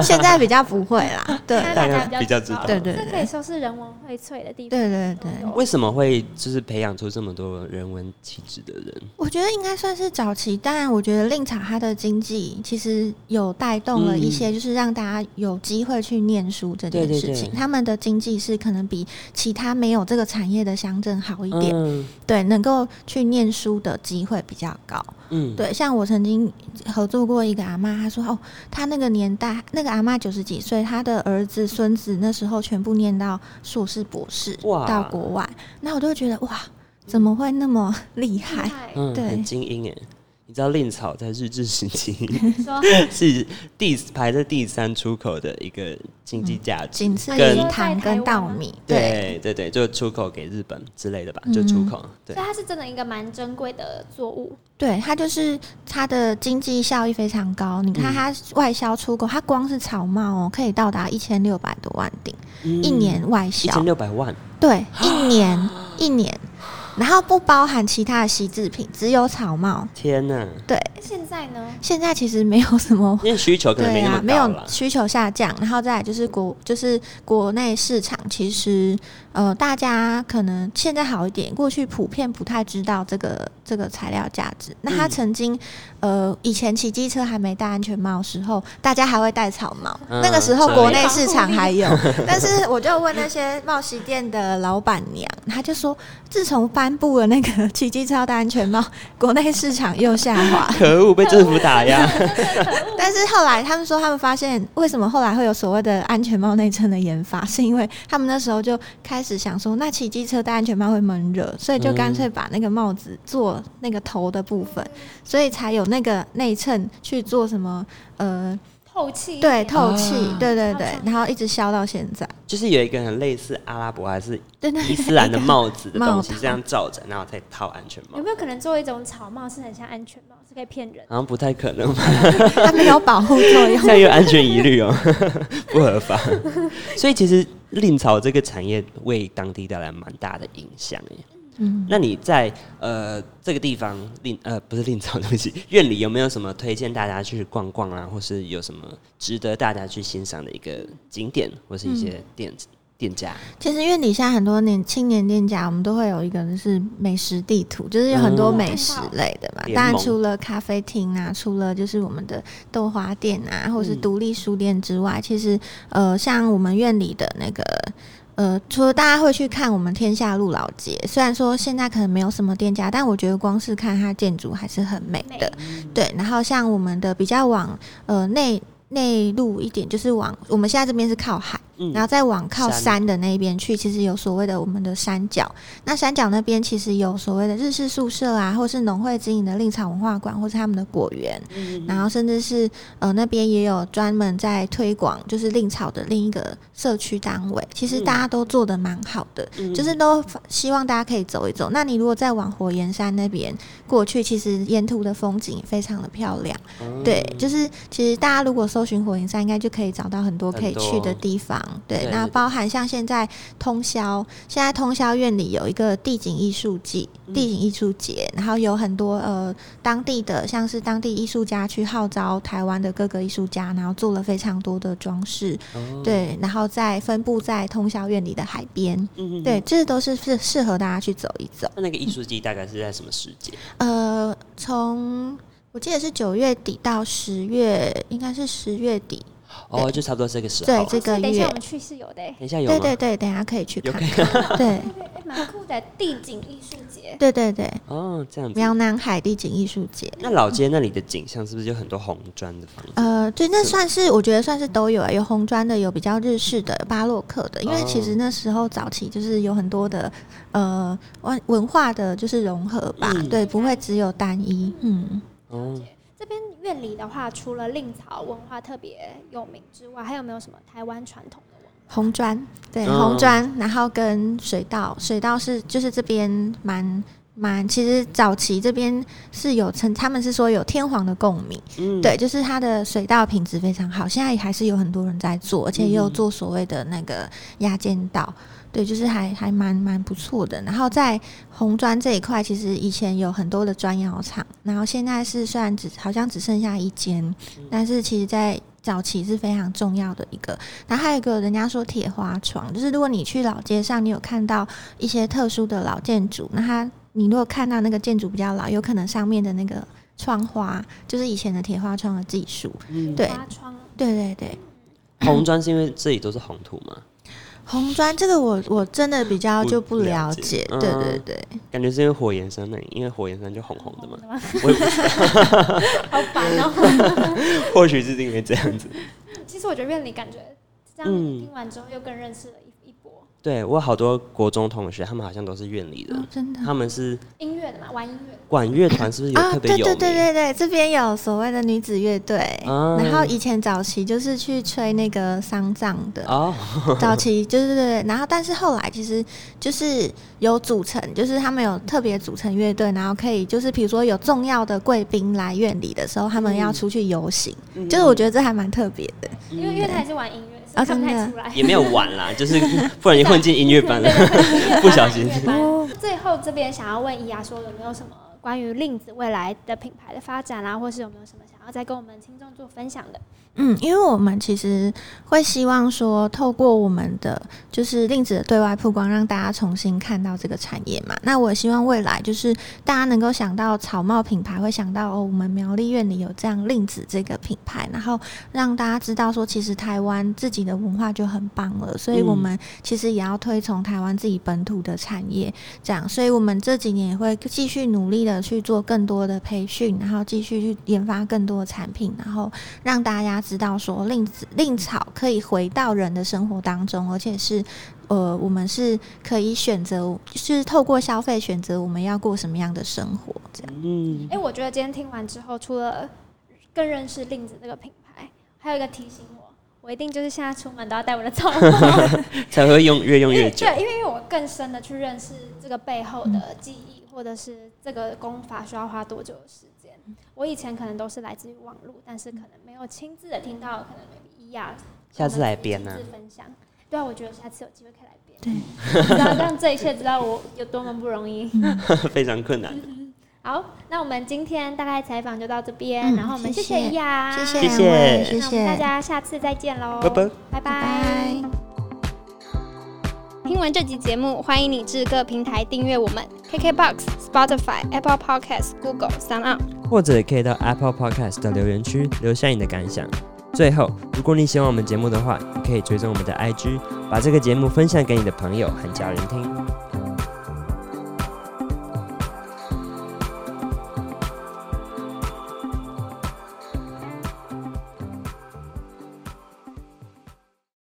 [SPEAKER 4] 现在比较不会啦。对
[SPEAKER 3] 大
[SPEAKER 2] 那大
[SPEAKER 3] 家
[SPEAKER 2] 家
[SPEAKER 3] 比
[SPEAKER 2] 比
[SPEAKER 3] 较
[SPEAKER 2] 较
[SPEAKER 3] 知道
[SPEAKER 4] 对对
[SPEAKER 2] 这可以
[SPEAKER 4] 对
[SPEAKER 2] 说是人文荟萃的地方。
[SPEAKER 4] 对对对，
[SPEAKER 3] 为什么会就是培养出这么多人文气质的人？
[SPEAKER 4] 我觉得应该算是早期，当然，我觉得令草它的经济其实有带动了一些，就是让大家有机会去念书这件事情。
[SPEAKER 3] 嗯对对对
[SPEAKER 4] 他们的经济是可能比其他没有这个产业的乡镇好一点，
[SPEAKER 3] 嗯
[SPEAKER 4] 对，能够去念书的机会比较高。
[SPEAKER 3] 嗯，
[SPEAKER 4] 对，像我曾经合作过一个阿嬷，她说哦，她那个年代，那个阿嬷九十几岁，她的儿子、孙子那时候全部念到硕士、博士，
[SPEAKER 3] 哇
[SPEAKER 4] 到国外。那我就觉得哇，怎么会那么厉害？
[SPEAKER 2] 害
[SPEAKER 3] 嗯，
[SPEAKER 4] 对
[SPEAKER 3] 很精英哎。你知道令草在日治时期
[SPEAKER 2] 说
[SPEAKER 3] 是第排在第三出口的一个经济价值，
[SPEAKER 4] 嗯仅次
[SPEAKER 3] 跟
[SPEAKER 4] 于糖跟稻米，对嗯
[SPEAKER 3] 对对对，就出口给日本之类的吧，就出口。对
[SPEAKER 2] 所以，它是真的一个蛮珍贵的作物，
[SPEAKER 4] 对，它就是它的经济效益非常高。你看
[SPEAKER 3] 嗯
[SPEAKER 4] 它外销出口，它光是草帽哦，可以到达一千六百多万顶，一年外
[SPEAKER 3] 嗯一千
[SPEAKER 4] 销，
[SPEAKER 3] 六百万，
[SPEAKER 4] 对，一年一年，然后不包含其他的洗制品，只有草帽。
[SPEAKER 3] 天呐！
[SPEAKER 4] 对，
[SPEAKER 2] 那现在呢？
[SPEAKER 4] 现在其实没有什么。
[SPEAKER 3] 因为需求可能
[SPEAKER 4] 对
[SPEAKER 3] 没那
[SPEAKER 4] 啊
[SPEAKER 3] 么，
[SPEAKER 4] 没
[SPEAKER 3] 高
[SPEAKER 4] 有
[SPEAKER 3] 了。
[SPEAKER 4] 需求下降，然后再来就是国就是国内市场，其实呃大家可能现在好一点，过去普遍不太知道这个这个材料价值。那他
[SPEAKER 3] 嗯
[SPEAKER 4] 曾经、呃以前骑机车还没戴安全帽的时候，大家还会戴草帽，
[SPEAKER 3] 嗯
[SPEAKER 4] 那个时候
[SPEAKER 3] 这
[SPEAKER 4] 国内
[SPEAKER 2] 样
[SPEAKER 4] 市场还有， 但是我就问那些帽洗店的老板娘，她就说自从颁布了那个骑机车要戴安全帽，国内市场又下滑。
[SPEAKER 3] 可恶，被政府打压。
[SPEAKER 4] 但是后来他们说，他们发现为什么后来会有所谓的安全帽内衬的研发，是因为他们那时候就开始想说，那骑机车戴安全帽会闷热，所以就干脆把那个帽子做那个头的部分，所以才有那个内衬去做什么呃，
[SPEAKER 2] 透气
[SPEAKER 4] 对，
[SPEAKER 2] 一点
[SPEAKER 4] 透气，
[SPEAKER 3] 啊
[SPEAKER 4] 对对对
[SPEAKER 2] 好，
[SPEAKER 4] 然后一直销到现在，
[SPEAKER 3] 就是有一个很类似阿拉伯还是
[SPEAKER 4] 对对
[SPEAKER 3] 伊斯兰的帽子的
[SPEAKER 4] 帽
[SPEAKER 3] 东西，
[SPEAKER 4] 套
[SPEAKER 3] 这样罩着，然后再套安全帽
[SPEAKER 2] 有，没有可能做一种草帽是很像安全帽，是可以骗人？
[SPEAKER 3] 好像不太可能吧？
[SPEAKER 4] 它没有保护作 用
[SPEAKER 3] 这。样有安全疑虑哦，不合法。所以其实令草这个产业为当地带来蛮大的影响耶。
[SPEAKER 4] 嗯
[SPEAKER 3] 那你在呃这个地方令呃不是令草，对不起， 院里有没有什么推荐大家去逛逛啊，或是有什么值得大家去欣赏的一个景点，或是一
[SPEAKER 4] 嗯
[SPEAKER 3] 些店、店家？
[SPEAKER 4] 其实院底下很多年青年店家，我们都会有一个就是美食地图，就是有很多美食类的嘛。
[SPEAKER 3] 嗯哦联
[SPEAKER 4] 当然，
[SPEAKER 3] 盟
[SPEAKER 4] 除了咖啡厅啊，除了就是我们的豆花店啊，或是
[SPEAKER 3] 嗯
[SPEAKER 4] 独立书店之外，其实呃，像我们院里的那个。呃，除了大家会去看我们天下路老街，虽然说现在可能没有什么店家，但我觉得光是看它建筑还是很美的。对，然后像我们的比较往呃内内陆一点，就是往我们现在这边是靠海。
[SPEAKER 3] 嗯
[SPEAKER 4] 然后再往靠
[SPEAKER 3] 山
[SPEAKER 4] 山的那边去，其实有所谓的我们的山脚。那山脚那边其实有所谓的日式宿舍啊，或是农会经营的令草文化馆，或是他们的果园，然后甚至是呃那边也有专门在推广，就是令草的另一个社区单位。其实大家都做的蛮好的，
[SPEAKER 3] 嗯
[SPEAKER 4] 就是都希望大家可以走一走。那你如果再往火焰山那边过去，其实沿途的风景也非常的漂亮。
[SPEAKER 3] 嗯
[SPEAKER 4] 对，就是其实大家如果搜寻火焰山，应该就可以找到很多可以去的地方。对，
[SPEAKER 3] 对
[SPEAKER 4] 那
[SPEAKER 3] 对
[SPEAKER 4] 包含像现在通宵，现在通宵院里有一个地景艺术季、地景艺术节，然后有很多呃当地的，像是当地艺术家去号召台湾的各个艺术家，然后做了非常多的装饰，
[SPEAKER 3] 哦，
[SPEAKER 4] 对，然后再分布在通宵院里的海边，
[SPEAKER 3] 嗯嗯嗯
[SPEAKER 4] 对，这都是是适合大家去走一走。
[SPEAKER 3] 那那个艺术季大概是在什么时节？
[SPEAKER 4] 呃，从我记得是九月底到十月，应该是十月底
[SPEAKER 3] 哦，就差不多这个时
[SPEAKER 4] 对
[SPEAKER 3] 候。
[SPEAKER 4] 这个
[SPEAKER 2] 哎等一下
[SPEAKER 4] 月
[SPEAKER 2] 我，们去是有的、欸，
[SPEAKER 3] 等一下有
[SPEAKER 4] 对
[SPEAKER 3] 吗？
[SPEAKER 4] 对对，等一下可以去
[SPEAKER 3] 有
[SPEAKER 4] 看
[SPEAKER 3] 可以。
[SPEAKER 4] 看。对
[SPEAKER 2] 哎蛮酷的地景艺术节。
[SPEAKER 4] 对对对，
[SPEAKER 3] 哦，这样子。
[SPEAKER 4] 苗南海地景艺术节。
[SPEAKER 3] 那老街那里的景象是不是就很多红砖的房子？
[SPEAKER 4] 呃，对，那算是我觉得算是都有、啊，有红砖的，有比较日式的、巴洛克的，因为其
[SPEAKER 3] 哦
[SPEAKER 4] 实那时候早期就是有很多的呃文文化的就是融合吧，
[SPEAKER 3] 嗯
[SPEAKER 4] 对，不会只有单一，嗯，
[SPEAKER 3] 哦，
[SPEAKER 2] 这边院里的话，除了令草文化特别有名之外，还有没有什么台湾传统的文化？
[SPEAKER 4] 红砖，对，
[SPEAKER 3] 嗯
[SPEAKER 4] 红砖，然后跟水稻，水稻是就是这边蛮。蛮，其实早期这边是有曾，他们是说有天皇的贡米，
[SPEAKER 3] 嗯，
[SPEAKER 4] 对，就是它的水稻品质非常好，现在还是有很多人在做，而且也有做所谓的那个压尖稻，对，就是还还蛮蛮不错的。然后在红砖这一块，其实以前有很多的砖窑厂，然后现在是虽然只好像只剩下一间，但是其实在。早期是非常重要的一个，然后还有一个人家说铁花床，就是如果你去老街上，你有看到一些特殊的老建筑，那它你如果看到那个建筑比较老，有可能上面的那个窗花就是以前的铁花窗的技术，
[SPEAKER 3] 嗯
[SPEAKER 4] 对
[SPEAKER 2] 花窗
[SPEAKER 4] 对对对，
[SPEAKER 3] 红砖是因为这里都是红土嘛，
[SPEAKER 4] 红砖这个我我真的比较
[SPEAKER 3] 不
[SPEAKER 4] 就不
[SPEAKER 3] 了
[SPEAKER 4] 了
[SPEAKER 3] 解
[SPEAKER 4] 解，
[SPEAKER 3] 嗯
[SPEAKER 4] 对对对，
[SPEAKER 3] 感觉是因为火焰山那里，因为火焰山就红红的嘛。
[SPEAKER 2] 吗？
[SPEAKER 3] 我也不知道，
[SPEAKER 2] 好烦 哦。
[SPEAKER 3] 或许是因为这样子。
[SPEAKER 2] 其实我觉得院里感觉这样
[SPEAKER 3] 嗯
[SPEAKER 2] 听完之后，又更认识了一一波
[SPEAKER 3] 对我有好多国中同学，他们好像都是院里的，
[SPEAKER 4] 哦真的
[SPEAKER 3] 他们是
[SPEAKER 2] 音乐的嘛，玩音乐的。
[SPEAKER 3] 管乐团，是不是有特别
[SPEAKER 4] 对
[SPEAKER 3] 有名？
[SPEAKER 4] 啊对对对对，这边有所谓的女子乐队，
[SPEAKER 3] 啊
[SPEAKER 4] 然后以前早期就是去吹那个丧葬的，
[SPEAKER 3] 哦，
[SPEAKER 4] 早期就是对对，对然后但是后来其实就是有组成，就是他们有特别组成乐队，然后可以就是比如说有重要的贵宾来院里的时候，他们要出去游行，就是我觉得这还蛮特别的，
[SPEAKER 2] 因为因为他也是玩音乐，是
[SPEAKER 4] 啊
[SPEAKER 2] 看不
[SPEAKER 4] 真
[SPEAKER 2] 太
[SPEAKER 4] 的
[SPEAKER 2] 出来。
[SPEAKER 3] 也没有晚 啦，就是不然你混进音乐班了
[SPEAKER 2] 对，对
[SPEAKER 3] 不小心
[SPEAKER 2] 对对最后这边想要问伊雅说，有没有什么关于令子未来的品牌的发展啦、或是有没有什么想要再跟我们听众做分享的？
[SPEAKER 4] 嗯，因为我们其实会希望说，透过我们的就是令子的对外曝光，让大家重新看到这个产业嘛。那我也希望未来就是大家能够想到草帽品牌，会想到哦，我们苗栗院里有这样令子这个品牌，然后让大家知道说，其实台湾自己的文化就很棒了，所以我们其实也要推崇台湾自己本土的产业，这样。所以我们这几年也会继续努力的去做更多的培训，然后继续去研发更多的产品，然后让大家知道说令子令草可以回到人的生活当中，而且是呃，我们是可以选择，是透过消费选择我们要过什么样的生活。这样，
[SPEAKER 3] 嗯
[SPEAKER 2] 哎、，我觉得今天听完之后，除了更认识令子这个品牌，还有一个提醒我，我一定就是现在出门都要带我的 草帽。
[SPEAKER 3] 才会用越用
[SPEAKER 2] 因
[SPEAKER 3] 越
[SPEAKER 2] 为
[SPEAKER 3] 久
[SPEAKER 2] 对，因为因为我更深的去认识这个背后的技艺，或者是这个功法需要花多久的时间。我以前可能都是来自于网络，但是可能没有亲自的听到，可能一呀，
[SPEAKER 3] 下次来编啊
[SPEAKER 2] 亲自分享。对啊，我觉得下次有机会可以来编，
[SPEAKER 4] 对，
[SPEAKER 2] 知道让这一切知道我有多么不容易。
[SPEAKER 3] 非常困难。
[SPEAKER 2] 好，那我们今天大概采访就到这边，
[SPEAKER 4] 嗯
[SPEAKER 2] 然后我们谢
[SPEAKER 4] 谢谢
[SPEAKER 2] 伊雅，
[SPEAKER 4] 谢
[SPEAKER 3] 谢
[SPEAKER 4] 谢
[SPEAKER 3] 谢
[SPEAKER 4] 两位，
[SPEAKER 2] 那
[SPEAKER 4] 啊谢
[SPEAKER 2] 我们
[SPEAKER 4] 谢
[SPEAKER 2] 大家，下次再见喽，
[SPEAKER 3] 拜
[SPEAKER 4] 哦
[SPEAKER 3] 拜，
[SPEAKER 2] 拜
[SPEAKER 4] 拜
[SPEAKER 2] 拜。
[SPEAKER 4] 拜。
[SPEAKER 1] 听完这集节目，欢迎你至各平台订阅我们：KKBox、Spotify、Apple Podcasts、Google、Sound On。
[SPEAKER 3] 或者可以到 Apple Podcast 的留言区留下你的感想。最后，如果你喜欢我们节目的话，也可以追踪我们的 IG，把这个节目分享给你的朋友和家人听。